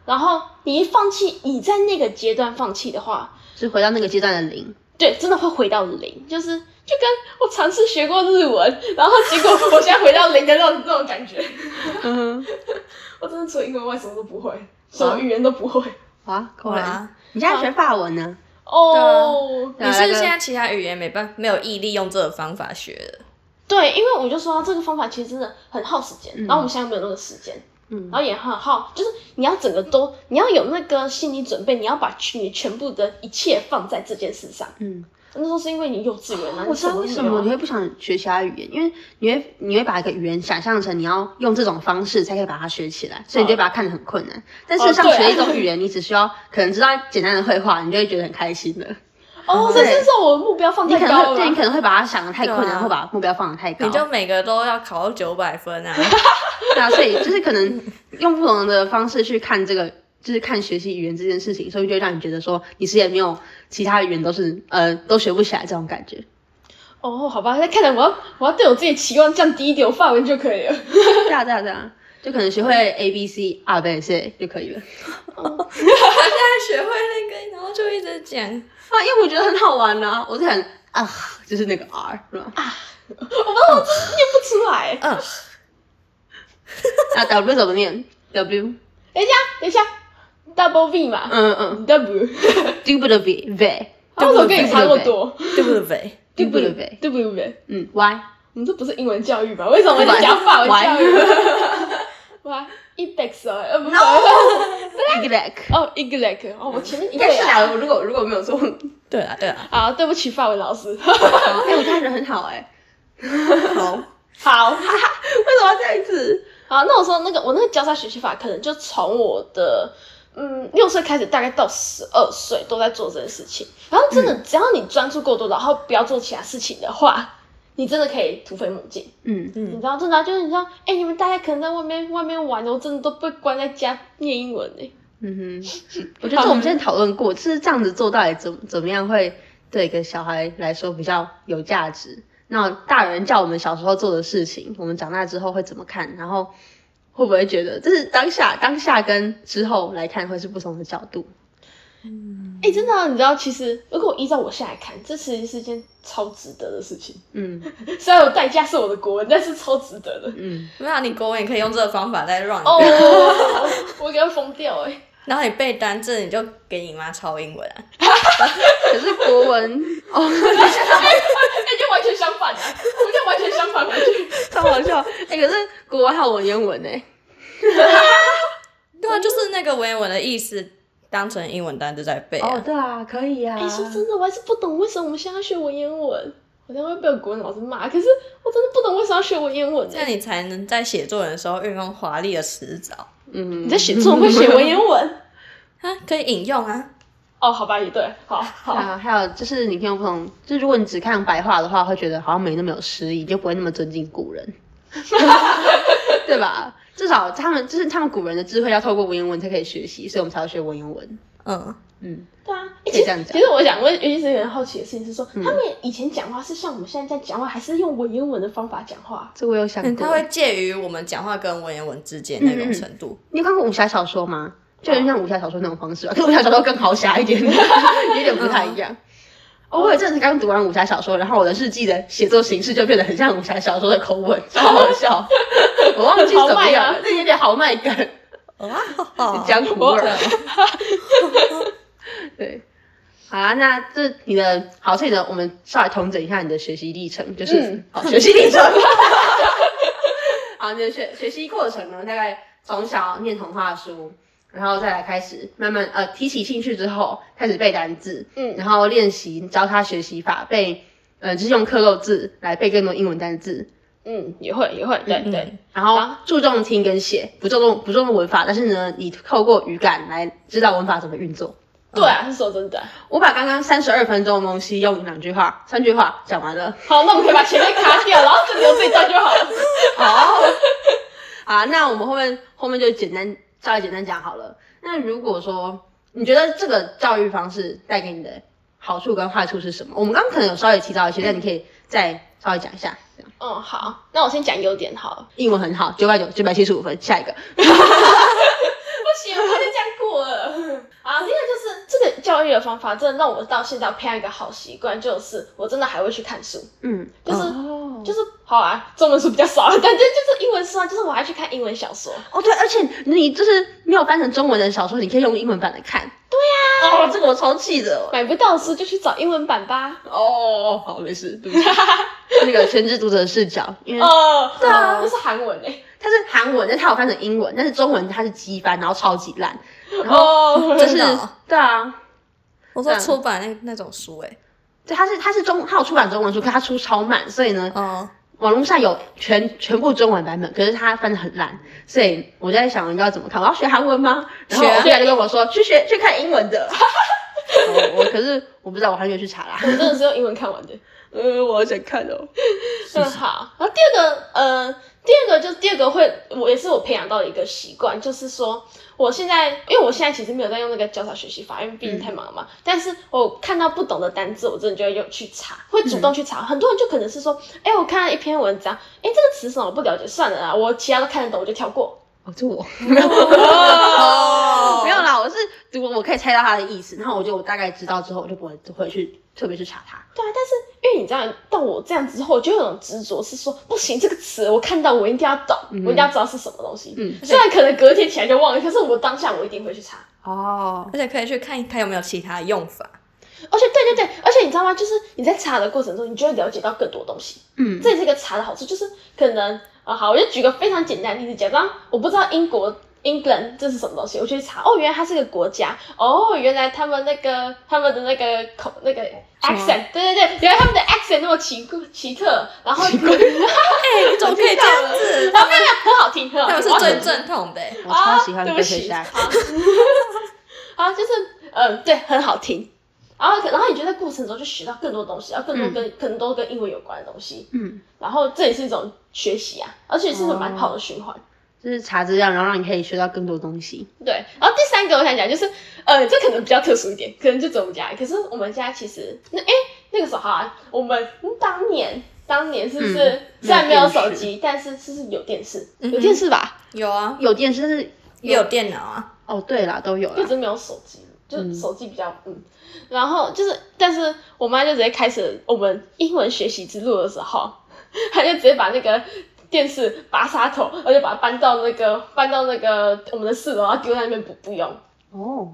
C: 然后你一放弃，你在那个阶段放弃的话，
B: 是回到那个阶段的零。
C: 对，真的会回到零，就是就跟我尝试学过日文，然后结果我现在回到零的那种那种感觉。
B: 嗯，
C: 我真的除了英文外什么都不会，什么语言都不会。
B: 哇，果然
A: 哇，
B: 你现在学法文呢？
C: 哦，
A: 你
B: 来
A: 是
B: 个
A: 现在其他语言没办没有毅力用这个方法学的，
C: 对，因为我就说这个方法其实真的很耗时间，
B: 嗯
C: 然后我们现在没有那个时间。
B: 嗯
C: 然，后也很好，就是你要整个都，你要有那个心理准备，你要把你全部的一切放在这件事上。
B: 嗯，那
C: 那时候是因为你幼稚园啊，
B: 我
C: 你
B: 知道
C: 都
B: 为什
C: 没有
B: 么
C: 啊
B: 你会不想学其他语言，因为你会你会把一个语言想象成你要用这种方式才可以把它学起来，所以你就会把它看得很困难。但事实上，
C: 哦对啊
B: 学一种语言，你只需要可能知道简单的绘画，你就会觉得很开心了。
C: 哦，
B: 对
C: 这就是我的目标 放
B: 你
C: 哦太
B: 可
C: 高
B: 能会
C: 了
B: 对你
C: 吧。
B: 可能会把它想的太困
A: 对
B: 难，
A: 啊
B: 或把目标放的太高。
A: 你就每个都要考到九百分 啊，
B: 对啊，所以就是 可
C: 嗯
B: 能用不同的方式去看这个。就是看学习语言这件事情，所以就会让你觉得说，你其实也没有其他语言都是呃都学不起来这种感觉。
C: 哦，好吧，那看来我要我要对我自己期望降低一点，我发文就可以了。
B: 对啊对啊对啊，就可能学会 A B C 二倍 C 就可以了。
A: 他现在学会那个，然后就一直讲。
B: 啊，因为我觉得很好玩呐、我是很啊，就是那个 R 是吧？
C: 念不出来。
A: 嗯，
B: 那啊 W 怎么念？W，
C: 等一下，等一下，double V 嘛
B: 嗯嗯
C: ，double，
B: ，W V V
C: 啊为什么跟你差那么多
A: 对不对？
B: W V，
C: ？double V，
B: 嗯，Y，
C: 你这不是英文教育吧？为什么你讲法文教育？ 哇，ibex 哦，呃不是。
B: Y，
C: 哦 e g l e c 哦，我前面一个
B: 但是
C: 啊，
B: 啊，我如果如果没有错，
A: 对啊，对啊。
C: 啊，对不起，法文老师。
B: 哎，我大人很好 哎，
A: 好，
C: 好，
B: 为什么要这样子？
C: 好，那我说那个我那个交叉学习法，可能就从我的嗯六岁开始，大概到十二岁都在做这件事情。然后真的，只要你专注够多，然后不要做其他事情的话，你真的可以突飞猛进。
B: 嗯，
C: 你
A: 嗯
C: 知，道，真的啊、就是你知道，哎、你们大家可能在外面外面玩，我真的都被关在家念英文哎、
B: 嗯 哼，我觉得这我们之前讨论过，就是这样子做到底怎么怎么样会对一个小孩来说比较有价值？那大人叫我们小时候做的事情，我们长大之后会怎么看？然后会不会觉得，就是当下当下跟之后来看会是不同的角度？
C: 哎、真的啊、你知道，其实如果依照我现在看，这其实是一件超值得的事情。
B: 嗯
C: 虽然有代价是我的国文，但是超值得的。哦
B: 嗯，
A: 没有啊，你国文也可以用这个方法再让你。
C: 哦，我给他疯掉哎、欸！
A: 然后你背单字，你就给你妈抄英文啊。
B: 可是国 文哦，
C: 那就完全相反了，我们就完全相反回去。
B: 超好笑哎、可是国文还有文言文哎、
A: 对啊，就是那个文言文的意思当成英文单字在背啊。
B: 对啊，可以呀、
C: 哎、说真的，我还是不懂为什么我们现在要学文言文，好像会被我国文老师骂。可是我真的不懂为什么要学文言文、
A: 这样
C: 欸。
A: 你才能在写作文的时候运用华丽的词藻
B: 嗯，
C: 你在写作文会写文言文？
A: 啊，可以引用啊。
C: 哦，好吧，也对，好好。
B: 啊，还有就是你看不同，就是如果你只看白话的话，会觉得好像没那么有诗意，就不会那么尊敬古人，对吧？至少他们就是他们古人的智慧要透过文言文才可以学习，所以我们才要学文言文。
A: 嗯，
B: 嗯，
C: 对啊，欸
B: 可
C: 其
B: 以
C: 实
B: 这样讲
C: 其实我想问，有一直有点好奇的事情是说，
B: 嗯
C: 他们以前讲话是像我们现在在讲话，还是用文言文的方法讲话？
B: 这我有想
A: 嗯
B: 过。
A: 它会介于我们讲话跟文言文之间那种程度。
B: 你有看过武侠小说吗？就有点像武侠小说那种方式吧， 可是武侠小说更豪侠一点， 有点不太一样。哦，我有阵子刚读完武侠小说，然后我的日记的写作形式就变得很像武侠小说的口吻，超好笑。我忘记怎么样
C: 豪迈吗
B: 了，那有点豪迈感，
A: 哇、 哦，
B: 江湖味儿。
A: 对
B: 对，好啦，那这你的好，所以呢，我们稍微统整一下你的学习历程，就是、
C: 嗯
B: 好学习历程。好，你的学学习过程呢，大概从小念童话书，然后再来开始慢慢呃提起兴趣之后，开始背单字，
C: 嗯
B: 然后练习交叉学习法，背呃就是用克漏字来背更多英文单字，
C: 嗯，也会也会，对
A: 嗯
C: 对。
B: 然后
C: 啊
B: 注重听跟写，不注重不注重文法，但是呢，你透过语感来知道文法怎么运作。
C: 对啊，是说真的。
B: 我把刚刚三十二分钟的东西用两句话、三句话讲完了。
C: 好，那我们可以把前面卡掉，然后只留这一段就 好了。
B: 哦，啊，那我们后面后面就简单稍微简单讲好了。那如果说你觉得这个教育方式带给你的好处跟坏处是什么？我们刚刚可能有稍微提到一些，但你可以再稍微讲一下。这样
C: 嗯，好，那我先讲优点好了。
B: 英文很好，九百九九百七十五分，下一个。
C: 不行，我就这样过了。 啊，另外就是这个教育的方法，真的让我到现在培养一个好习惯，就是我真的还会去看书，
B: 嗯，
C: 就是、
B: 哦
C: 就是好啊，中文书比较少，但这就是英文书啊，就是我还去看英文小说。
B: 哦，对，而且你就是没有翻成中文的小说，你可以用英文版来看。对
A: 啊
B: 呀、哦，这个我超气的。
C: 买不到书就去找英文版吧。
B: 哦，好，没事，对 不起。那个全知读者的视角，因为
C: 哦，对
A: 啊
C: 那是韩文欸诶、
B: 它是韩文，但它有翻成英文，但是中文它是机翻，然后超级烂，然后
C: 哦，
B: 就是
A: 真的哦
B: 对啊，
A: 我说出版那那种书哎、
B: 对，它是它是中，它有出版中文书，可它出超慢，所以呢，
A: 哦、
B: 网络上有全全部中文版本，可是它翻的很烂，所以我在想要怎么看，我要学韩文吗？然后
A: 学啊
B: 我朋友就跟我说去学去看英 文的，哦我我可是我不知道，我还没有去查啦，
C: 我真的是用英文看完的。
B: 呃，我好想看哦，
C: 嗯，好。然后第二个，呃，第二个就是第二个会，我也是我培养到的一个习惯，就是说，我现在因为我现在其实没有在用那个交叉学习法，因为毕竟太忙了
B: 嗯
C: 嘛。但是我看到不懂的单字，我真的就会用去查，会主动去查。很多人就可能是说，哎，我看到一篇文章，哎，这个词什么我不了解，算了啊，我其他都看得懂，我就跳过。
B: 哦，就我没有。
A: 哦
B: 没有啦，我是如果我可以猜到他的意思，然后我就我大概知道之后，我就不会不会去特别去查他。
C: 对啊，但是因为你知道，到我这样之后，我就有种执着，是说不行，这个词我看到我一定要懂，
B: 嗯
C: 我一定要知道是什么东西。
B: 嗯
C: 虽然可能隔天起来就忘了，可是我当下我一定会去查。
B: 哦，
A: 而且可以去看一看有没有其他用法。
C: 而且对对对，而且你知道吗？就是你在查的过程中，你就会了解到更多东西。
B: 嗯，
C: 这也是一个查的好处，就是可能啊、好，我就举个非常简单的例子，假装我不知道英国 England 这是什么东西，我就去查，哦，原来它是个国家，哦，原来他们那个他们的那个口那个
B: 什
A: 哦
B: 么
C: accent，对对对，原来他们的 accent 那么奇怪奇特，然后
A: 哎、你怎么可以这样子？
C: 然后没有很好听，很好
A: 他们
C: 听，
A: 是
C: 我要
A: 最
C: 很
A: 正统的、欸。
B: 我超喜欢
C: 啊、对
B: 贝
C: 不
B: 贝
C: 起
B: 虾
C: 啊。啊，就是嗯，对，很好听。然后可，然后你就在过程中就学到更多东西，然后更多跟、更多跟英文有关的东西。
B: 嗯，哦
C: 然后这也是一种学习啊，而且是一种蛮好的循环。
B: 就是查资料，然后让你可以学到更多东西。
C: 对，然后第三个我想讲就是，呃，这可能比较特殊一点，可能就只有我们家。可是我们家其实那哎那个时候啊，我们嗯当年当年是不是、
B: 嗯
C: 虽然没有
B: 没有电
C: 手
B: 视
C: 机，但是是不是有电视？
A: 嗯哼
C: 有电视吧？
A: 有啊，
B: 有电视，但是
A: 也有电脑啊。
B: 哦，对啦，都有
C: 就
B: 啦
C: 只。是没有手机，就
B: 嗯
C: 手机比较嗯然后就是，但是我妈就直接开始我们英文学习之路的时候， 她就直接把那个电视拔插头，而且把它搬到那个搬到那个我们的四楼，然后丢在那边不不用。
B: 哦，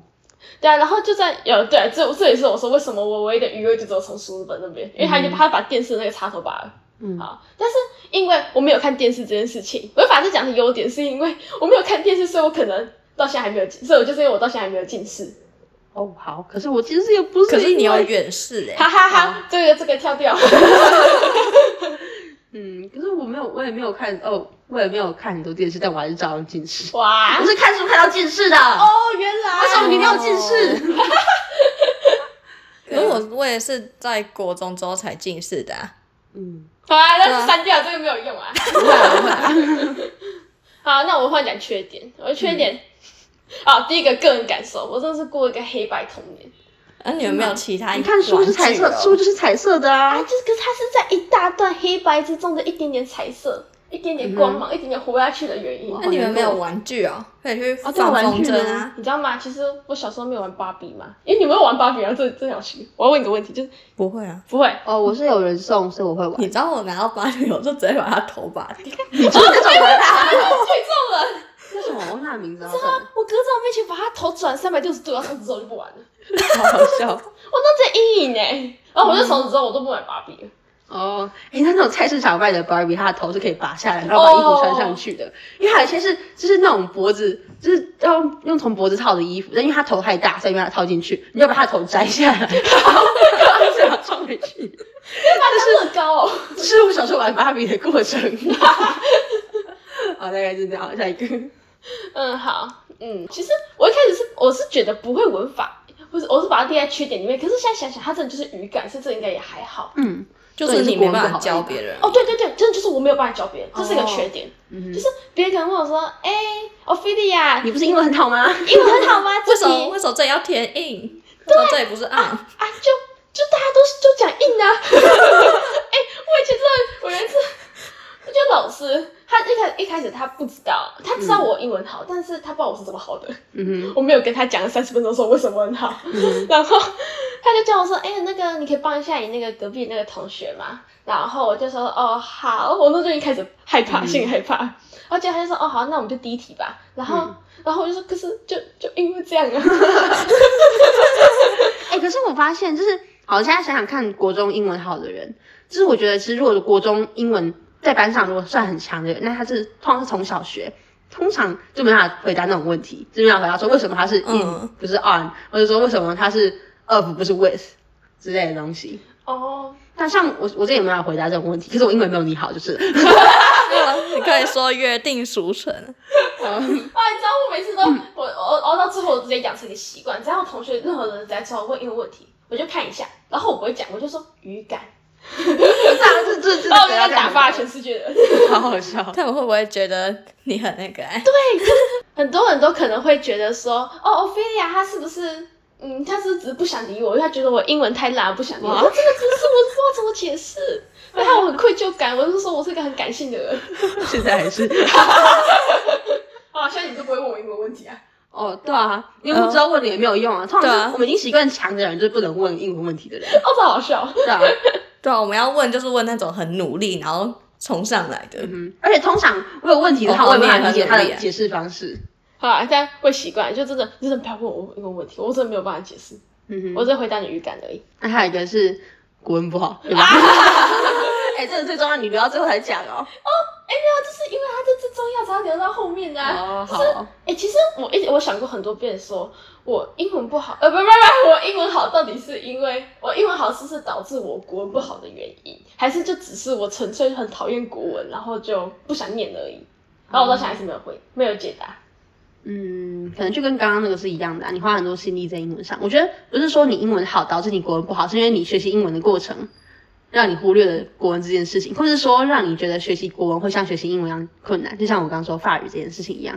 C: 对啊，然后就在有对，这这也是我说为什么我唯一的余味就只有从书本那边，因为他就他把电视那个插头拔了。
B: 嗯，
C: 好，但是因为我没有看电视这件事情，我法治讲的优点是因为我没有看电视，所以我可能到现在还没有进，所以我就是因为我到现在还没有近视，
B: 哦，好，可是我其实也不是，
A: 可是你有，远视哎、
C: 哈哈哈，这个这个跳 掉，
B: 嗯，可是我没有，我也没有看，哦，我也没有看很多电视，但我还是照样近视。
C: 哇
B: 我，啊是看书看到近视的，
C: 哦，原来
B: 为什么你没有近视？
A: 可是我我也是在国中之后才近视的、啊。
B: 嗯，
C: 好啊，
A: 对
C: 那
A: 啊
C: 删掉这个没有用啊。
B: 不会啊不会啊
C: 好，那我换讲缺点，我的缺点，好，第一个个人感受，我真的是过一个黑白童年。
A: 啊，你们没有其他、哦
B: 你看书是彩色，书，就是彩色的啊。
C: 啊，就是可是它是在一大段黑白之中的一点点彩色，一点点光芒，一点点活下去的原因。
B: 哇
A: 啊那你们没有玩具哦，可以去放
B: 对玩具
A: 风筝
B: 呢
A: 啊。
C: 你知道吗？其实我小时候没有玩芭比嘛，因为你们有玩芭比啊，这这小区。我要问一个问题，就是
A: 不会啊，
C: 不会，
B: 哦，我是有人送，所以我会玩。
A: 你知道我拿到芭比，我就直接把它头拔掉。
B: 你就是那种人啊？
C: 啊，我最重了，
B: 为什么我忘记他名字 了？
C: 我隔着我面前把他头转三百六十度，然后从此之后就不玩了，我
B: 好好笑。
C: 那这阴影呢、然后我就从此之后我都不买芭比了。
B: 哦，哎，那那种菜市场卖的 Barbie，它的头是可以拔下来，然后把衣服穿上去的。因为还有一些是就是那种脖子，就是要用从脖子套的衣服，但因为它头太大，所以没办法套进去，你要把它的头摘下 来，然后再把它装回去。
C: 那乐高哦，
B: 这是我小时候玩芭比的过 程。好，大概是这样。下一个，
C: 嗯好，嗯，其实我一开始是我是觉得不会文法，不是我是把它列在缺点里面，可是现在想想，它真的就是语感，所以这应该也还好。
B: 嗯
A: 就是你没办法教别人。
C: 哦，对对对，真的就是我没有办法教别人，这是一个
B: 哦
C: 缺点。
B: 嗯
C: 就，是别人可能问我说：“哎、奥菲利 亚，
B: 你不是英文很好吗？
C: 英文很好吗？
A: 为什
C: 自己
A: 么为什么这里要填 in？为什么这里不是 on？
C: 啊，就就大家都是就讲硬啊。 哎、我以前真的，我有一次，我觉得老师他一开一开始他不知道，他知道我英文好，但是他不知道我是怎么好的。
B: 嗯
C: 我没有跟他讲了三十分钟说为什么很好， 然后他就叫我说，哎、那个你可以帮一下你那个隔壁那个同学嘛。然后我就说，哦，好，我那时候已经开始害怕，心里害怕。然后结果他就说，哦，好，那我们就第一题吧。然后，
B: 嗯
C: 然后我就说，可是就就因为这样啊，
B: 哎、可是我发现，就是好，现在想想看，国中英文好的人，就是我觉得，其实如果国中英文在班上如果算很强的人，那他是通常是从小学，通常就没办法回答那种问题，就没办法回答说为什么他是 in、
A: 嗯
B: 不是 on，或者说为什么他是 of 不是 with 之类的东西。
C: 哦，
B: 但像我，我这也没办法回答这种问题，可是我英文没有你好， 就是了。
A: 你可以说约定俗成。
C: 啊，你知道我每次都、我我熬到最后，我直接养成一个习惯，只要我同学任何人在找我问一个问题，我就看一下，然后我不会讲，我就说语感，
B: 这这这这
C: 然后我就在哦打发全世界的人。
B: 好好笑。
A: 他们会不会觉得你很那个、啊？
C: 很多人都可能会觉得说，哦，奥菲利亚她是不是，嗯，她是不是只是不想理我，因为她觉得我英文太烂，不想理我。
B: 哇
C: 这个不是，我不知道怎么解释，然后我很愧疚感，我就说我是一个很感性的 人。
B: 现在还是
C: 啊，现在你就不会问我英文问题啊？
B: 哦，对啊，因为不知道问了也没有用啊。通常
A: 对啊
B: 是我们已经习惯强的人，就是不能问英文问题的 人。
C: 哦，这好笑。
B: 对啊，
A: 对啊，我们要问就是问那种很努力然后冲上来的。
B: 嗯，而且通常我有问题的话，
A: 哦
B: 我也没办法理
A: 你也
B: 解
A: 很
B: 他
A: 努力
B: 的
A: 啊
B: 解释方式。
C: 好啊，但会习惯，就真的真的不要问我英文问题，我真的没有办法解释，
B: 嗯
C: 我
B: 哼，
C: 只回答你语感而已。
B: 那还有一个是古文不好，对吧？ 哎，这个最重要，你留到最后才讲哦。
C: 哎，没有，就是因为它这这重要，才要留到后面的、啊。
B: 哦，好，
C: 哎、其实我一直我想过很多遍说，我英文不好，呃，不不不，我英文好到底是因为我英文好是不是导致我国文不好的原因，还是就只是我纯粹很讨厌国文，然后就不想念而已？然后我到现在还是没有回，没有解答。
B: 嗯，可能就跟刚刚那个是一样的啊，你花很多心力在英文上。我觉得不是说你英文好导致你国文不好，是因为你学习英文的过程。让你忽略了国文这件事情，或是说让你觉得学习国文会像学习英文一样困难，就像我刚刚说法语这件事情一样，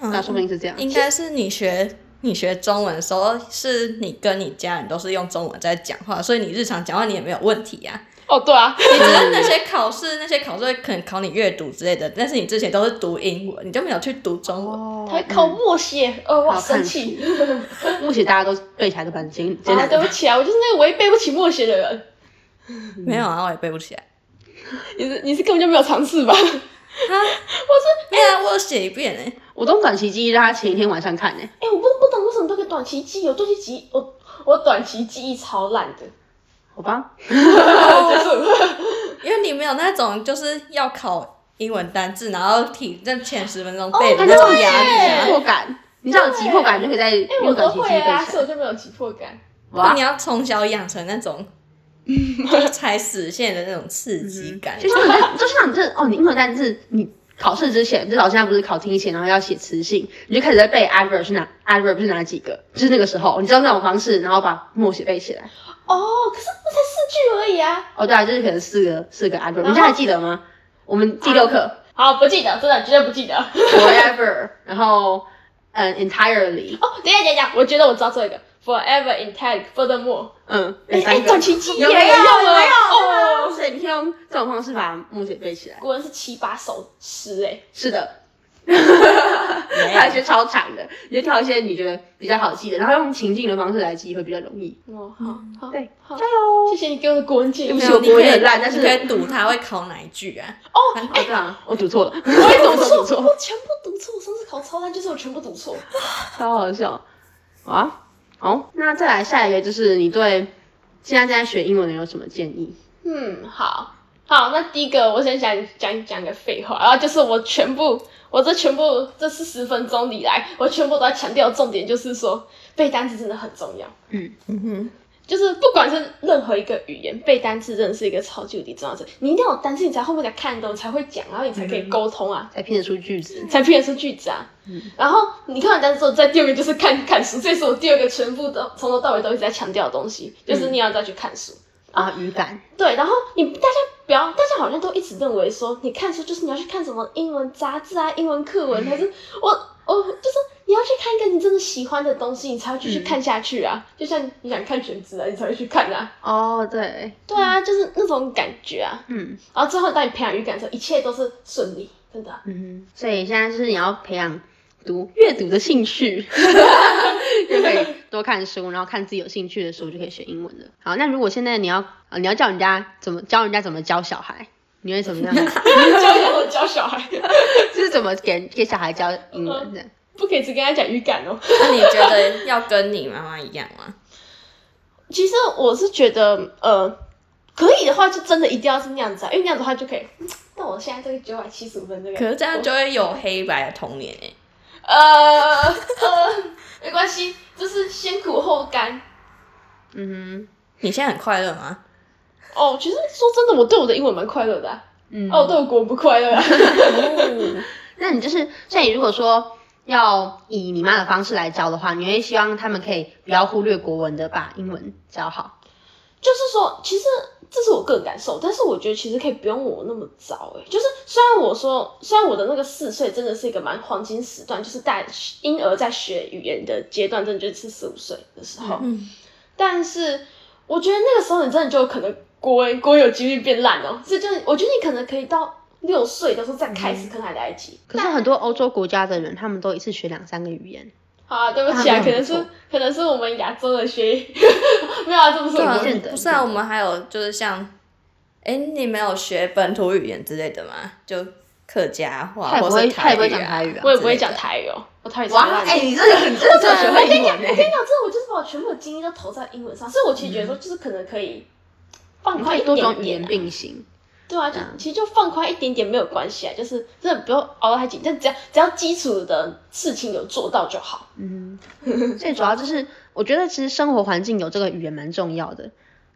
A: 嗯
C: 嗯
B: 那说不定是这样。
A: 应该是你学你学中文的时候，是你跟你家人都是用中文在讲话，所以你日常讲话你也没有问题 呀、
C: 哦，对啊，
A: 你只是那些考试，那些考试会可能考你阅读之类的，但是你之前都是读英文，你就没有去读中文。
B: 哦
C: 还考默写，哦，哇，
B: 好看
C: 生气！
B: 目前大家都背起来都蛮艰艰
C: 啊，
B: 难
C: 对不
B: 的。
C: 起啊，我就是那个我也背不起默写的人。
A: 没有啊，我也背不起来。
C: 你是你是根本就没有尝试吧？
A: 没有啊，我有写一遍哎、
B: 我都短期记忆，让他前一天晚上看呢、
C: 哎、我不不懂为什么都可以短期记忆，我短期记忆，我我短期记忆超烂的。
B: 好吧，
A: 因为你没有那种就是要考英文单字，然后体认前十分钟背的
C: 哦
B: 他
A: 那
B: 那种
A: 种压
C: 对
A: 力啊
B: 急迫感，你知道有急迫感就可以在
C: 哎、我
B: 用短
C: 都
B: 期记忆
C: 会啊，
B: 背起来。
C: 所以我就没有急迫感。
A: 啊，
B: 哇
A: 你，要从小养成那 种就踩死线的那种刺激感。
B: 就像你在，就像你这哦，你英文单字你。考试之前，就老师他不是考听写，然后要写词性，你就开始在背 adverb 是哪 adverb 是哪几个，就是那个时候，你知道那种方式，然后把默写背起来。
C: 哦，可是我才四句而已啊。
B: 哦，对啊，就是可能四个四个 adverb，你
C: 后
B: 现在还记得吗？我们第六课
C: 好，不记得，真的绝对不记得。哦，
B: forever，然后嗯 entirely，
C: 等一下，等一下，我觉得我知道这个 forever in tag furthermore。
B: 嗯，
C: 哎、
B: 有三
C: 哎，
B: 个
C: 短期记忆
B: 有没有
C: 耶
B: 啊有没有？
C: 哦，
B: 所以你可以用这种方式把默写背起来。
C: 果然是七八首诗哎。
B: 是 的，
A: 没有
B: 还有一些超长的，你就挑一些你觉得比较好记的，然后用情境的方式来记会比较容易。
C: 哦，好，好，
B: 对
C: 好
B: 加，油！
C: 谢谢你给我的国文建
B: 对不
C: 议
A: 没。
B: 起
A: 有，
B: 我
A: 啊你
B: 国
A: 可
B: 文有
A: 以
B: 点烂但是
A: 你可以赌他会考哪一句啊？
C: 哦，
B: 哦，对啊，我读错了，
C: 我也读
B: 我
C: 错，
B: 读错
C: 我全部读错。我上次考超烂，就是我全部读错。
B: 超好笑啊！好，那再来下一个就是你对现在正在学英文的有什么建议？
C: 嗯，好好，那第一个我先想讲讲个废话，然后就是我全部，我这全部这四十分钟里来，我全部都在强调重点，就是说背单词真的很重要，
A: 嗯哼，
C: 就是不管是任何一个语言，背单词真的是一个超级无敌重要的事，你一定要有单词，你才后面才看得懂，你才会讲，然后你才可以沟通啊。
B: 才拼得出句子。
C: 才拼得出句子啊。然后你看完单词之后，再第二个就是看看书，这也是我第二个全部都从头到尾都一直在强调的东西，就是你要再去看书。
B: 啊，语感，
C: 对，然后你大家不要，大家好像都一直认为说，你看书就是你要去看什么英文杂志啊、英文课文，还是我我就是你要去看一个你真的喜欢的东西，你才会继续看下去啊。就像你想看全职啊，你才会去看啊。
B: 哦，对，
C: 对啊，就是那种感觉啊。
B: 嗯
C: 然后最后当你培养语感之后，一切都是顺利，真的。啊
B: 嗯，所以现在是你要培养读阅读的兴趣， 就可以多看书，然后看自己有兴趣的书就可以学英文了。好，那如果现在你要啊，你要教人家怎么教人家怎么教小孩，你会怎 么样？
C: 教小我 教小孩，
B: 就是怎么给给小孩教英文这样？
C: 不可以只跟他讲语感 哦。
A: 那你觉得要跟你妈妈一样吗？
C: 其实我是觉得，呃，可以的话，就真的一定要是那样子啊，因为那样子的话就可以。嗯那我现在这个九百七十五分这个，
A: 可是这样就会有黑白的童年哎、
C: 呃呃，没关系，就是先苦后甘。
B: 嗯
A: 你现在很快乐 吗？
C: 哦，其实说真的，我对我的英文蛮快乐的啊、
B: 哼，嗯
C: 哦，我对我国文不快 乐、啊。嗯
B: 那你就是，所以如果说要以你妈的方式来教的话，你会希望他们可以不要忽略国文的，把英文教好。
C: 就是说，其实这是我个人感受，但是我觉得其实可以不用我那么早、欸，就是虽然我说，虽然我的那个四岁真的是一个蛮黄金时段，就是大婴儿在学语言的阶段，真的就是四五岁的时候，
A: 嗯，
C: 但是我觉得那个时候你真的就有可能国文国文有几率变烂哦，所以就是我觉得你可能可以到六岁的时候再开始，可能还来得及。
B: 可是很多欧洲国家的人，他们都一次学两三个语言，
C: 好啊，对不起啊，
B: 啊
C: 可能是
B: 那很不
C: 可能是我们亚洲的学， 没有啊，这不是
A: 对
C: 我
A: 啊
C: 们
B: 不见得，
A: 不是
B: 不见
A: 啊，
B: 得
A: 我们还有就是像，哎、你没有学本土语言之类的吗？就客家话，
B: 他也不
A: 或
B: 会
A: 是
B: 他也不会讲
A: 台
B: 台
A: 语
B: 语
A: 啊
B: 啊
C: 我也不会讲
A: 之类的
C: 台语哦，我台语超
B: 哇，
C: 烂的
B: 哎、你这个很真的只有学会英文
C: 我跟
B: 欸
C: 你讲，真的，我就是把我全部的精力都投在英文上，所以我其实觉得说，就是可能可以 放
B: 你可
C: 宽嗯一
B: 以多
C: 点
B: 种语
C: 点、
B: 言
C: 啊，
B: 并行。
C: 对啊，就其实就放宽一点点没有关系啊，就是真的不用熬得太紧，但只要只要基础的事情有做到就好。
B: 嗯，最主要就是我觉得其实生活环境有这个语言蛮重要的。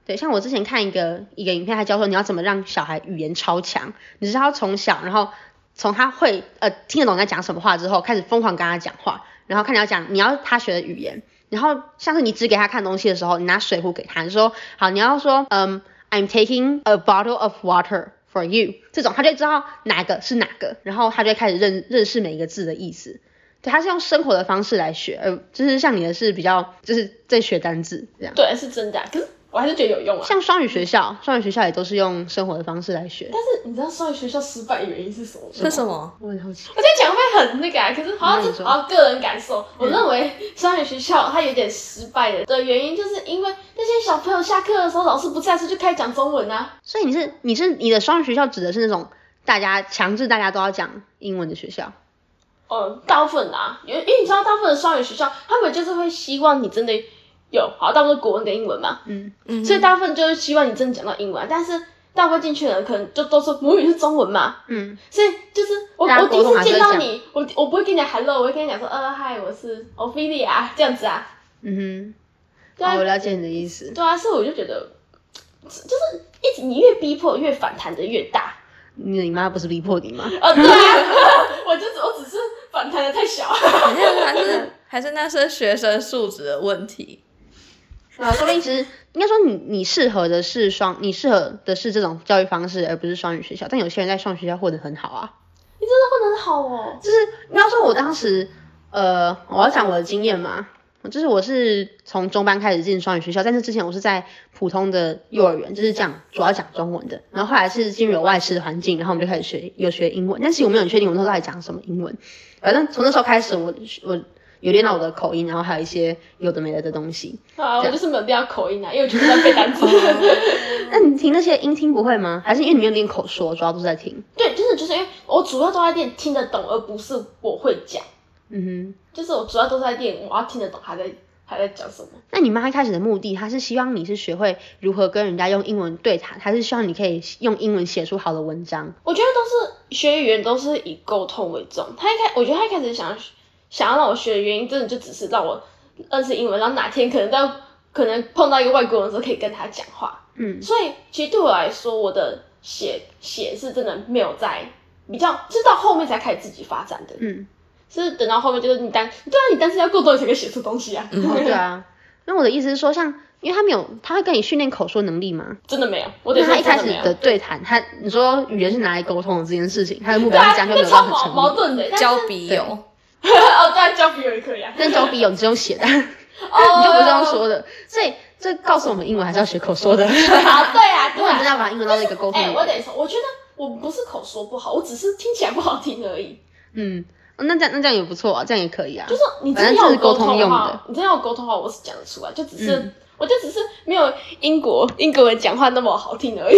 B: 对，像我之前看一个一个影片，他教说你要怎么让小孩语言超强，你是要从小，然后从他会呃听得懂在讲什么话之后，开始疯狂跟他讲话，然后看你要讲你要他学的语言，然后像是你指给他看东西的时候，你拿水壶给他，你说好，你要说嗯，I'm taking a bottle of water for you 这种，他就会知道哪个是哪个，然后他就会开始认认识每一个字的意思。对，他是用生活的方式来学，呃，就是像你的是比较就是在学单字这样。
C: 对，是真的啊、可是我还是觉得有用啊。
B: 像双语学校，双语学校也都是用生活的方式来学。
C: 但是你知道双语学校失败的原因是什么吗？
A: 是什么？
B: 我很好奇，
C: 我这样讲会很那个啊，可是好像
B: 嗯你
C: 是
B: 说嗯
C: 好像个人感受，我认为双语学校它有点失败的的原因，就是因为那些小朋友下课的时候，老师不在的时候就开始讲中文啊。
B: 所以你是你是你的双语学校指的是那种大家强制大家都要讲英文的学校。
C: 呃，大部分啦，因为因为你知道，大部分的双语学校，他们就是会希望你真的有好，大部分国文跟英文嘛，
B: 嗯，
A: 嗯
C: 所以大部分就是希望你真的讲到英文啊、但是大部分进去的人可能就都说母语是中文嘛，
B: 嗯，
C: 所以就是我
B: 大家
C: 我第一
B: 沟通还
C: 次
B: 是
C: 见
B: 会
C: 到
B: 讲
C: 你，我我不会跟你讲 hello，我会跟你讲说，呃，嗨，我是 Ophelia 这样子啊，
B: 嗯哼，
C: 对啊
B: 好，我了解你的意思。
C: 对啊，所以我就觉得，就是一直你越逼迫越反弹的越大，
B: 你你妈不是逼迫你吗？
C: 呃，对啊， 我就只我只是反弹的太小，
A: 好像还是还是那是学生素质的问题。
B: 啊，说不定其实应该说你你适合的是双，你适合的是这种教育方式，而不是双语学校。但有些人在双语学校混得很好啊。
C: 你真的混得很好哦，
B: 就是你要说我当时，呃，我要讲我的经验嘛，就是我是从中班开始进双语学校，但是之前我是在普通的幼儿园，就是讲主要讲中文的，然后后来是进入有外师的环境，然后我们就开始学有学英文，但是我没有很确定我那时候到底讲什么英文，反正从那时候开始我我有练到我的口音，然后还有一些有的没的的东西。
C: 啊，我就是没有掉口音啊，因为我就是在背单词。
B: 那你听那些音听不会吗？还是因为你没有练口说，主要都是在听？
C: 对，真的就是因为我主要都在练听得懂，而不是我会讲，
B: 嗯
C: 就是我主要都在练我要听得懂他在他在讲什么。
B: 哼，那你妈一开始的目的，她是希望你是学会如何跟人家用英文对谈，还是希望你可以用英文写出好的文章？
C: 我觉得都是学语言都是以沟通为重。他一开，我觉得他一开始想想要让我学的原因，真的就只是让我认识英文，然后哪天可能在可能碰到一个外国人的时候可以跟他讲话。
B: 嗯
C: 所以其实对我来说，我的写写是真的没有在比较，是到后面才开始自己发展的。
B: 嗯，
C: 是等到后面就是你单，对啊，你单词要够多，你才可以写出东西啊。
B: 哦对啊。那我的意思是说，像因为她没有，她会跟你训练口说能力吗？
C: 真的没有，我得
B: 那
C: 说
B: 她一
C: 真
B: 开
C: 的
B: 始
C: 没有。
B: 的对谈，她你说语言是拿来沟通的这件事情，她的目
C: 对
B: 标
C: 啊
B: 是这，样就没
C: 那
B: 有到
C: 超
B: 很
C: 矛矛
B: 成功。
C: 盾的。但是
A: 交笔友，
C: 哦，对啊，交笔友也可以啊。
B: 但周笔友你只用写的，你
C: 哦，
B: 就不是用说的，所以这告诉我们英文还是要学口说 的。
C: 好，对啊，
B: 如
C: 对
B: 果你真的
C: 啊。
B: 要把英文当做一个沟通
C: 哎、
B: 语
C: 我
B: 言，
C: 得说，我觉得我不是口说不好，我只是听起来不好听 而已。
B: 嗯，哦那这样那这样也不错啊，这样也可以啊。
C: 就是你真的
B: 反正这
C: 要有
B: 是沟通
C: 的
B: 用
C: 话，
B: 的
C: 你真的要有沟通的话，我是讲得出来，就只是、
B: 嗯
C: 我就只是没有英国英国人讲话那么好听而已。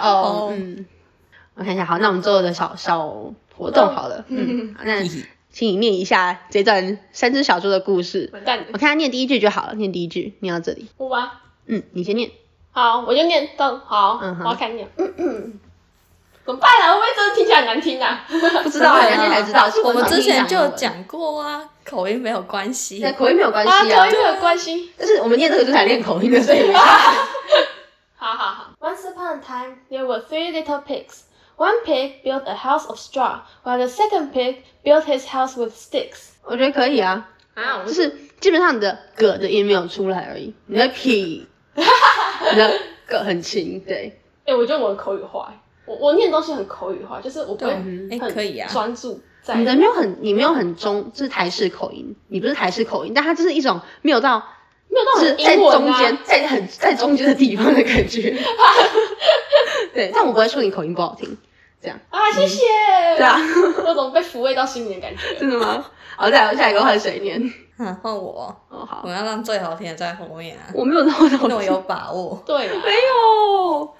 B: 哦
A: 哦，
B: 嗯，我看一下，好，那我们做的小小活动好了， 嗯，好那请你念一下这段三只小猪的故事。
C: 完蛋了，
B: 我看他念第一句就好了，念第一句，念到这里。
C: 我吧。
B: 嗯，你先念。
C: 好，我就念到好，
B: 嗯哼
C: 我要看念。嗯嗯怎么办啊？会不会真的听起来很难听啊？
B: 不知道 啊，
A: 不会啊
B: 人家才知道。是
A: 我们
B: 们
A: 之前就有
B: 英文，
A: 讲过啊，口音没有关系
B: 那。哎口音没有关
C: 啊，
B: 系
C: 跟我
B: 啊
C: 也。没有关系。
B: 但是我们念这个就是来练口音的，所以没差
C: 好好好。Once upon a time, there were three little pigs. One pig built a house of straw, while the second pig built his house with sticks.
B: 我觉得可以啊，
C: 啊，我
B: 就是基本上你的“葛”的音没有出来而已，你的“ 屁”，你的“葛”很轻，对，
C: 哎、我觉得我的口语化欸，我我念东西很口语化，就是我不
A: 对，
C: 会
A: 哎、
C: 很
A: 可以啊。
C: 专注在。
B: 你的没有很，你没有很中，就是台式口音，你不是台式口音，但它就是一种没有到
C: 没有那
B: 是
C: 种
B: 在
C: 英文
B: 中
C: 啊，
B: 间，在很在中间的地方的感觉。对，但我不会说你口音不好听，
C: 啊，谢谢。
B: 嗯对啊，
C: 有种被抚慰到心灵的感觉。
B: 真的吗？好，再来下一个换谁念？
A: 嗯，换我，
B: 哦，
A: 我
B: 好，
A: 要让最好听的在后面啊，
B: 我没有那么
A: 那
B: 懂
A: 我有把握。
C: 对啊，
B: 没有。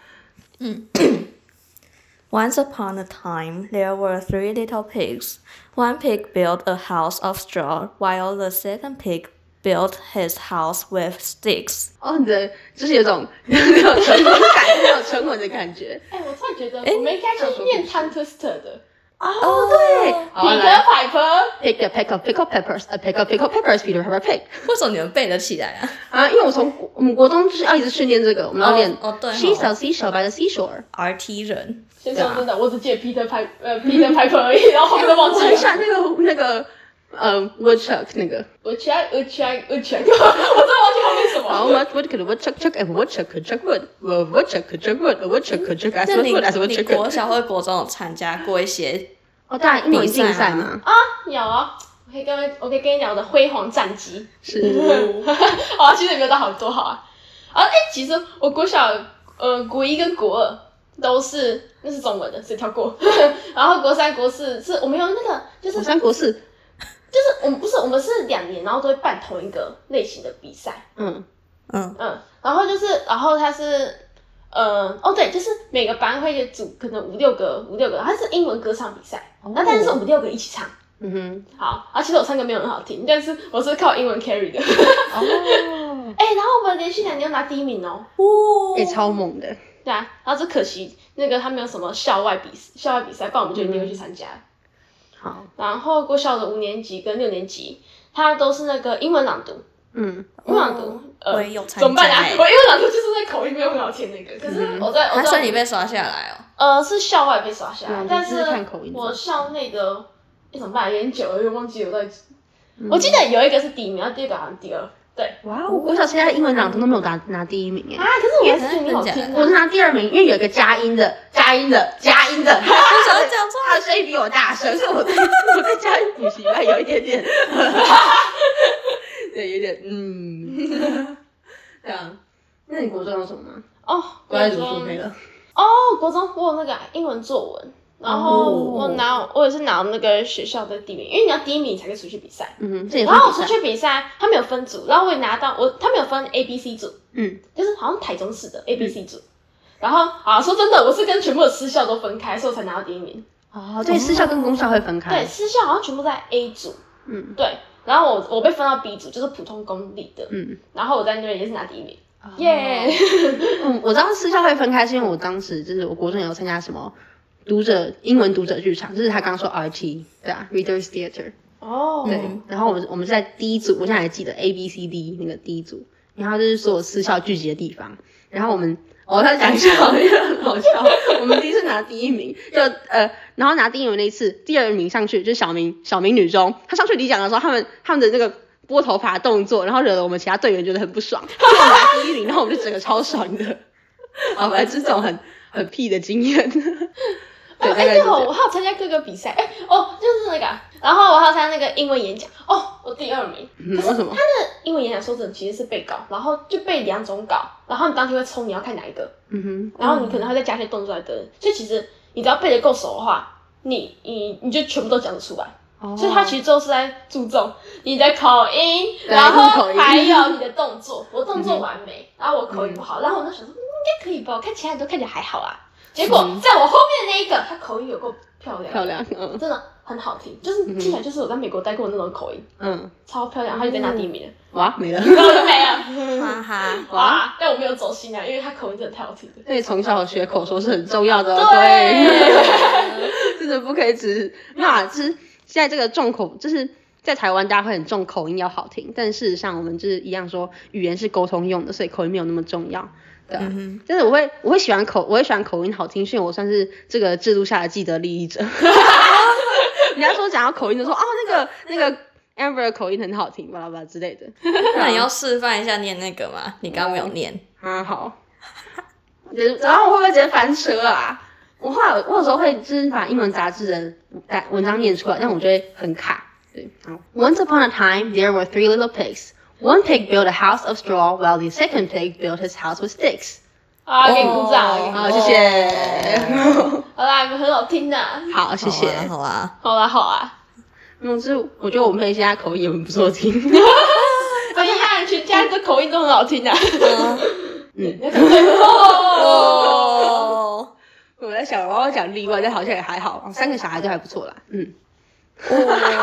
A: Once upon a time, there were three little pigs. One pig built a house of straw, while the second pig built his house with sticks.
B: 哦，你的就是有种没有沉稳感，没有沉稳的感觉。
C: 哎、我突然觉得
A: 哎
C: 我们应该去念 Tongue Twister 的
B: 哦，
A: 对，
B: 好
C: 彼得
B: 来
C: 百合。
B: ，pick a pick of pickle peppers, a pick of pickle peppers, Peter Pepper pig。
A: 为什么你们背得起来啊？
B: 啊，因为我从国我们国中就是要一直训练这个，我们要练。
A: 哦哦对哦
B: She's a seashell by the seashore。
A: RT 人，
C: 先
B: 啊
C: 说真的，我只记得 Peter 派呃 Peter 派 而已，然后后面都忘
B: 我
C: 记
B: 很
C: 了
B: 喜。欢那个那个呃 woodchuck 那个。
C: 我全我全我 全，我真的忘记后面什么。
B: How much wood could a woodchuck chuck and woodchuck could chuck wood? Well, woodchuck could chuck wood, a woodchuck could chuck as
A: 那
B: wood
A: 你
B: wood as
A: 你
B: woodchuck
A: 国
B: could.
A: 小或国中有参加过一些？
B: 哦，当然英文
A: 比赛
B: 竞赛
A: 吗
B: 嘛，
C: 有啊，我可以跟我可以跟你讲我的辉煌战绩。
B: 是。
C: 好啊，其实也没有到好多好啊。啊，哎、其实我国小呃国一跟国二都是那是中文的，所以跳过。 然后国三国四是我们有那个就
B: 我
C: 是就是
B: 三国四，
C: 我们不是我们是两年，然后都会办同一个类型的比赛。
B: 嗯，
A: 嗯，
C: 嗯，然后就是，然后它是，呃，哦对，就是每个班会组可能五六个五六个，它是英文歌唱比赛，
B: 哦
C: 那但是是五六个一起唱。
B: 嗯哼，
C: 好，啊，其实我唱歌没有很好听，但是我是靠英文 carry 的。
B: 哦，
C: 哎、然后我们连续两年拿第一名哦。
A: 哇，
B: 也、哎超猛的。
C: 对啊，然后只可惜那个他没有什么校外比校外比赛，不然我们就一定会去参加。
B: 好，
C: 然后国小的五年级跟六年级，他都是那个英文朗读，
B: 嗯，
C: 英文朗读，呃，
A: 我也有参加
C: 怎么办啊？
A: 欸
C: 我英文朗读就是那口音没有很好听那个，可是
B: 嗯
C: 我在我
A: 还
C: 在
A: 算你被刷下来哦。
C: 呃是校外被刷下
B: 对啊
C: 来，
B: 你
C: 但
B: 只是看口音
C: 我校内的哎怎么办？有点久了，又忘记我在，我记得有一个是第一名，然后第二个好像第二，对
B: 哇哦，我小时候在英文朗读都没有拿拿第一名
C: 啊，
B: 哎，
C: 可是我还是觉得你好
A: 真的假
C: 听
A: 的
B: 我
C: 啊
B: 是。拿第二名，因为有一个加音的，加音的，加音的。
A: 为什么讲出
B: 他的声音比我大声， 所以我对我在家里补习班有一点点， 对，有点嗯， 这样。那你国中有什么吗？
C: 哦，
B: 国外
C: 国
B: 读书
C: 中
B: 没了。
C: 哦，国中我有那个英文作文，然后我
B: 哦
C: 拿、我也是拿那个学校的第一名，因为你要第一名你才可以出去比赛。
B: 嗯哼，这也
C: 然
B: 算
C: 后我
B: 比
C: 出
B: 赛。
C: 去比赛，他没有分组，然后我也拿到我他没有分 A、B、C 组，
B: 嗯，
C: 就是好像台中市的 A、B、C 组。然后啊，说真的，我是跟全部的私校都分开，所以我才拿到第一名。
B: 哦，对，私校跟公校会分开。
C: 对，，私校好像全部在 A 组，
B: 嗯
C: 对。然后我我被分到 B 组，就是普通公立的，
B: 嗯，
C: 然后我在那边也是拿第一名，耶、
B: 哦 嗯，我知道私校会分开，是因为我当时就是我国中有参加什么读者英文读者剧场，就是他刚说 RT，对啊，Readers Theater。
C: 哦，
B: 对，然后我们我们是在第一组，我现在还记得 A B C D 那个第一组，然后就是所有私校聚集的地方。然后我们，我、哦、他讲一下，好像很好笑。 我们第一次拿第一名，就呃，然后拿第一名那一次，第二名上去就是小明，小明女中，她上去领奖的时候，他们他们的那个拨头发动作，然后惹得我们其他队员觉得很不爽。 我们拿第一名，然后我们就整个超爽 的。啊，反正就是这种很很屁的经验。 对，
C: 哦
B: 大
C: 哎、
B: 概
C: 对
B: 是这
C: 哦，
B: 样
C: 我还有参加各个比赛，哎、哦，就是那个啊，然后我还有参加那个英文演讲，哦，我第二名。
B: 嗯为什么？
C: 英文演讲说真的其实是被告，然后就被两种稿，然后你当天会抽你要看哪一个，
B: 嗯
C: 然后你可能会再加一些动作来得，所以其实你只要背得够熟的话，你你你就全部都讲得出来。
B: 哼，
C: 所以他其实就是在注重你的口音，
B: 对
C: 然后
B: 口音嗯
C: 还有你的动作，我动作完美，然后我口音不好，然后我就想说、嗯、应该可以吧，我看其他人都看起来还好啊。结果在我后面那一个，他口音有够漂亮，
B: 嗯漂亮，嗯
C: 真的很好听，就是听起来就是我在美国待过的那种口音，
B: 嗯，
C: 超漂亮，他就被拿第一名了，
B: 哇，没了。
C: 然后我就没了。
A: 哈哈，
C: 哇！但我没有走心啊，因为他口音真的太好听 了。
B: 所以从小学口说是很重要的哦，
C: 哎
B: 对， 真的不可以只那，就是现在这个重口，就是在台湾大家会很重口音要好听，但事实上我们就是一样说语言是沟通用的，所以口音没有那么重要，对啊。
A: 嗯
B: 但是我会，我会喜欢口，我会喜欢口音好听，是因为我算是这个制度下的既得利益者。 人家说讲到口音就说哦，那个那个 Amber 的口音很好听，巴拉巴拉之类的。
A: 哼，那你要示范一下念那个吗？你刚刚没有念，
B: 啊，好。然后我会不会直接翻车啊？我后来我有时候会就是把英文杂志的文文章念出来，但我就会很卡。对，好。Once upon a time, there were three little pigs. One pig built a house of straw, while the second pig built his house with sticks.
C: 啊，给你鼓掌啊！给你鼓
B: 好，谢谢。
C: 掌好啦，你们很好听呐。
B: 哦好，哦谢谢。
A: 好啊好啊，
C: 好啦，好啊，
B: 嗯，就是我觉得我妹现在口音也很不错 听。
C: 怎么样？全家的口音都很好听啊。
B: 嗯，
A: 哦，
B: 我在想我要讲例外，但好像也还好，三个小孩都还不错啦。嗯。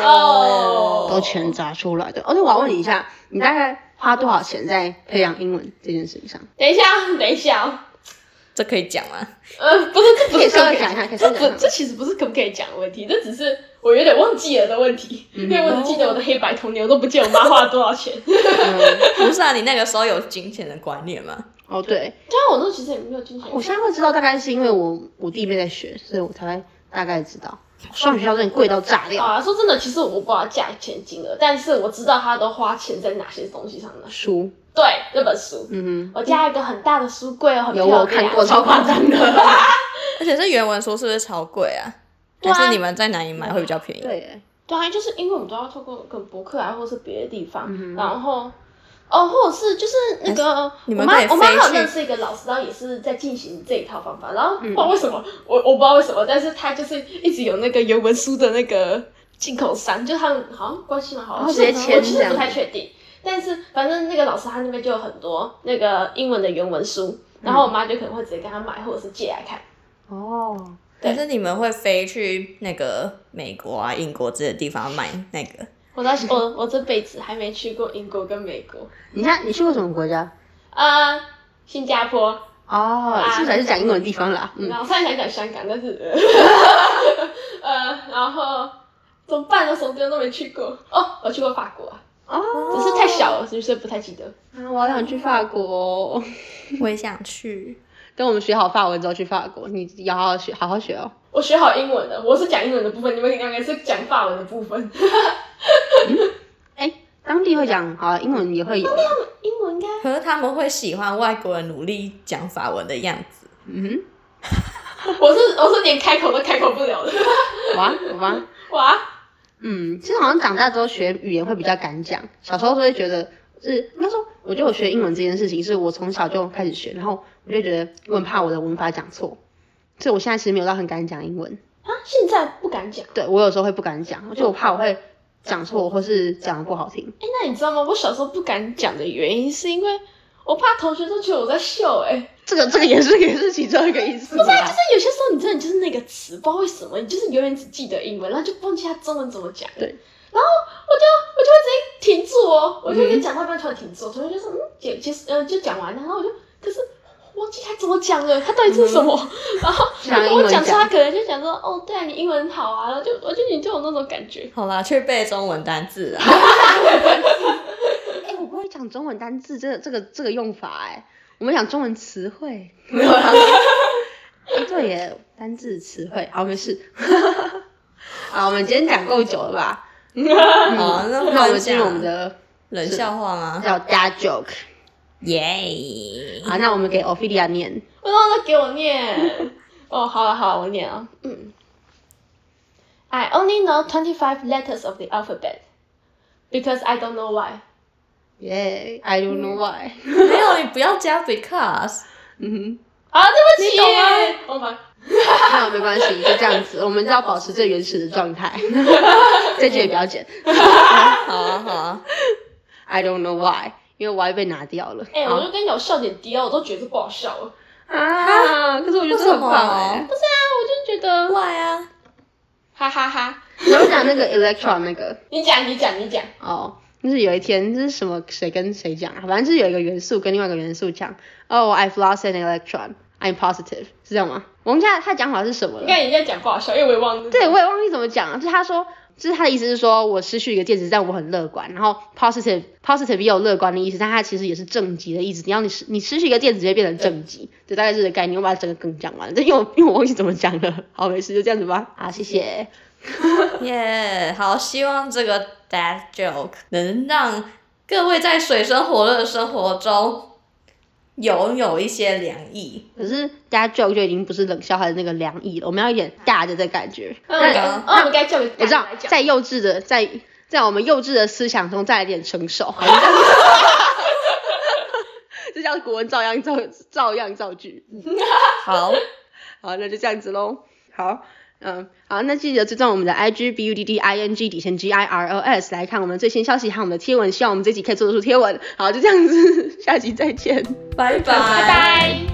C: 哦
B: 都全砸出来的。而且我要问你一下，你大概花多少钱在培养英文这件事情上？
C: 等一下，等一下哦，
A: 这可以讲吗？
C: 呃，不是，这不
B: 可
C: 是
B: 以稍微
C: 可
B: 讲
C: 不可以
B: 一下可以稍
C: 这
B: 微
C: 不
B: 讲一下，
C: 这其实不是可不可以讲的问题，这只是我有点忘记了的问题，因为我只记得我的黑白童年，我都不记得我妈花了多少 钱。对
A: 不是啊，你那个时候有金钱的观念吗？
B: 嗯哦，对，
C: 啊，我那时候其实也没有金钱，
B: 我现在会知道，大概是因为我我弟妹在学，所以我才会大概知道。双语学校真的贵到炸掉，
C: 啊，说真的，其实我不知道价钱金额，但是我知道他都花钱在哪些东西上呢？
B: 书，
C: 对，那本书，
B: 嗯
C: 我家有一个很大的书柜哦，很
B: 哼，
C: 漂
B: 有
C: 亮。
B: 我看过，超夸张 的。
A: 而且这原文书是不是超贵啊？
C: 对
A: 还
C: 啊
A: 是你们在哪里买会比较便宜？
B: 对，
C: 对啊，就是因为我们都要透过跟博客啊，或是别的地方，然后哦，或者是就是那个
A: 你
C: 我
A: 们
C: 妈
A: 可以，
C: 我妈
A: 飞
C: 还有
A: 去
C: 认识一个老师，然后也是在进行这一套方法，然后不知道为什么，我我不知道为什么，但是他就是一直有那个原文书的那个进口商，就他们好像关系蛮好，
B: 哦
C: 我
B: 直接
C: 其实
B: 签
C: 我其
B: 这
C: 实
B: 样
C: 不太
B: 子
C: 确定，但是反正那个老师他那边就有很多那个英文的原文书。然后我妈就可能会直接跟他买，或者是借来看。
B: 哦，
A: 可是你们会飞去那个美国啊、英国这些地方买那个？
C: 我到我我这辈子还没去过英国跟美国，
B: 你看你去过什么国家？
C: 呃，新加坡，
B: 哦，
C: 啊
B: 是才是讲英文的地方啦。嗯
C: 然，后虽然想讲香港，但是呃呃， 然后怎么办呢？什么地方都没去过。哦，我去过法国啊，
B: 哦，
C: 只是太小了，所以所以不太记得。
B: 啊我好想去法国、哦。
A: 我也想去。
B: 等我们学好法文之后去法国，你要好好学，好好学哦。
C: 我学好英文了，我是讲英文的部分，你们两个是讲法文的部分。
B: 哎，当地会讲好英文也会有啦，
C: 英文应该
A: 可是他们会喜欢外国人努力讲法文的样子。
B: 嗯
C: 我是我是连开口都开口不了 的。
B: 哼， 哇，好吧。
C: 哇，
B: 嗯，其实好像长大之后学语言会比较敢讲，小时候就会觉得是，应该说，我觉得我学英文这件事情是我从小就开始学，然后我就觉得我很怕我的文法讲错，所以我现在其实没有到很敢讲英文。
C: 啊，现在不敢讲。
B: 对我有时候会不敢讲，就我怕我会讲错或是讲的不好听。
C: 哎、那你知道吗？我小时候不敢讲的原因是因为我怕同学都觉得我在秀、哎，
B: 这个这个也是 也是其中一个意思。不是
C: 但是有些时候你真的就是那个词，不知道为什么，你就是永远只记得英文，然后就忘记它中文怎么讲。
B: 对。
C: 然后我就我就会直接停住哦，我就一直讲到一半突然停住，同学就说嗯姐其实呃就讲完了，然后我就可是我忘记他怎么讲了，他到底是什么？然后
B: 讲
C: 如
B: 英
C: 果
B: 文
C: 我
B: 讲
C: 讲出他可能就想说哦对啊你英文很好啊，然后就我就你就有那种感觉。
A: 好啦，去背中文单字啊。
B: 哎、我不会讲中文单字，这个这个这个用法哎、我们讲中文词汇没有啦。哎、对耶，单字词汇，好，没事。好，我们今天讲够久了吧？
A: 好，哦那
B: 嗯那我们
A: 分
B: 进
A: 享
B: 入我们的
A: 冷笑话吗？
B: 叫 dad joke。
A: 耶！
B: 好，那我们给 Ophelia 念。
C: 我让他给我念。哦，好了好了，我念啊。嗯。I only know twenty five letters of the alphabet because I don't know why.
B: 耶、i don't know why。
A: 没有，你不要加 because。
B: 嗯
C: 啊，对不起，Oh
A: 你懂
C: 我们
B: 哼，那没关系，就这样子，我们就要保持最原始的状态。 这句也不要剪。
A: 好啊，好啊。
B: I don't know why，因为 why 被拿掉了。
C: 哎、
B: 好
C: 我就跟你有笑点低啊，我都觉得不好笑了。
B: 啊，可是我觉得这很棒哎、
A: 为什么
C: 不是啊，我就觉得
A: Why 啊？
C: 哈哈哈。
B: 你要讲那个 Electron 那个
C: 你讲，你讲，你讲。
B: 哦，就是有一天，这是什么谁跟谁讲啊？反正就是有一个元素跟另外一个元素讲，哦、i v e lost an electron, I'm positive，是这样吗？我忘记他他讲法是什么
C: 你
B: 了。
C: 看人家讲不好笑，因为我也忘了。嗯
B: 对，我也忘记怎么讲了。就是他说，就是他的意思是说我失去一个电子，但我很乐观。然后 positive positive 也有乐观的意思，但它其实也是正极的意思。你要你失你失去一个电子，就会变成正极，这大概是这个概念。我把整个梗讲完了，这因为我因为我忘记怎么讲了。好，没事，就这样子吧。好，谢谢。
A: 耶、好，希望这个 dad joke 能让各位在水深火热的生活中拥有一些凉意。
B: 可是大家 joke 就已经不是冷笑话的那个凉意了，我们要一点大的的感觉。
C: 那我们该，
A: 那
C: 那我们该叫个
B: 我知道
C: 来，讲。
B: 在幼稚的，在在我们幼稚的思想中再来点成熟，好 像就像古文照样照照样造句。
A: 好，
B: 好，那就这样子喽。好，嗯，好，那记得追踪我们的 IG B U D D I N G 底线 G I R O S 来看我们的最新消息和我们的 贴文，希望我们这集可以做得出贴文。好，就这样子，下集再见。
A: 拜拜，拜
C: 拜拜。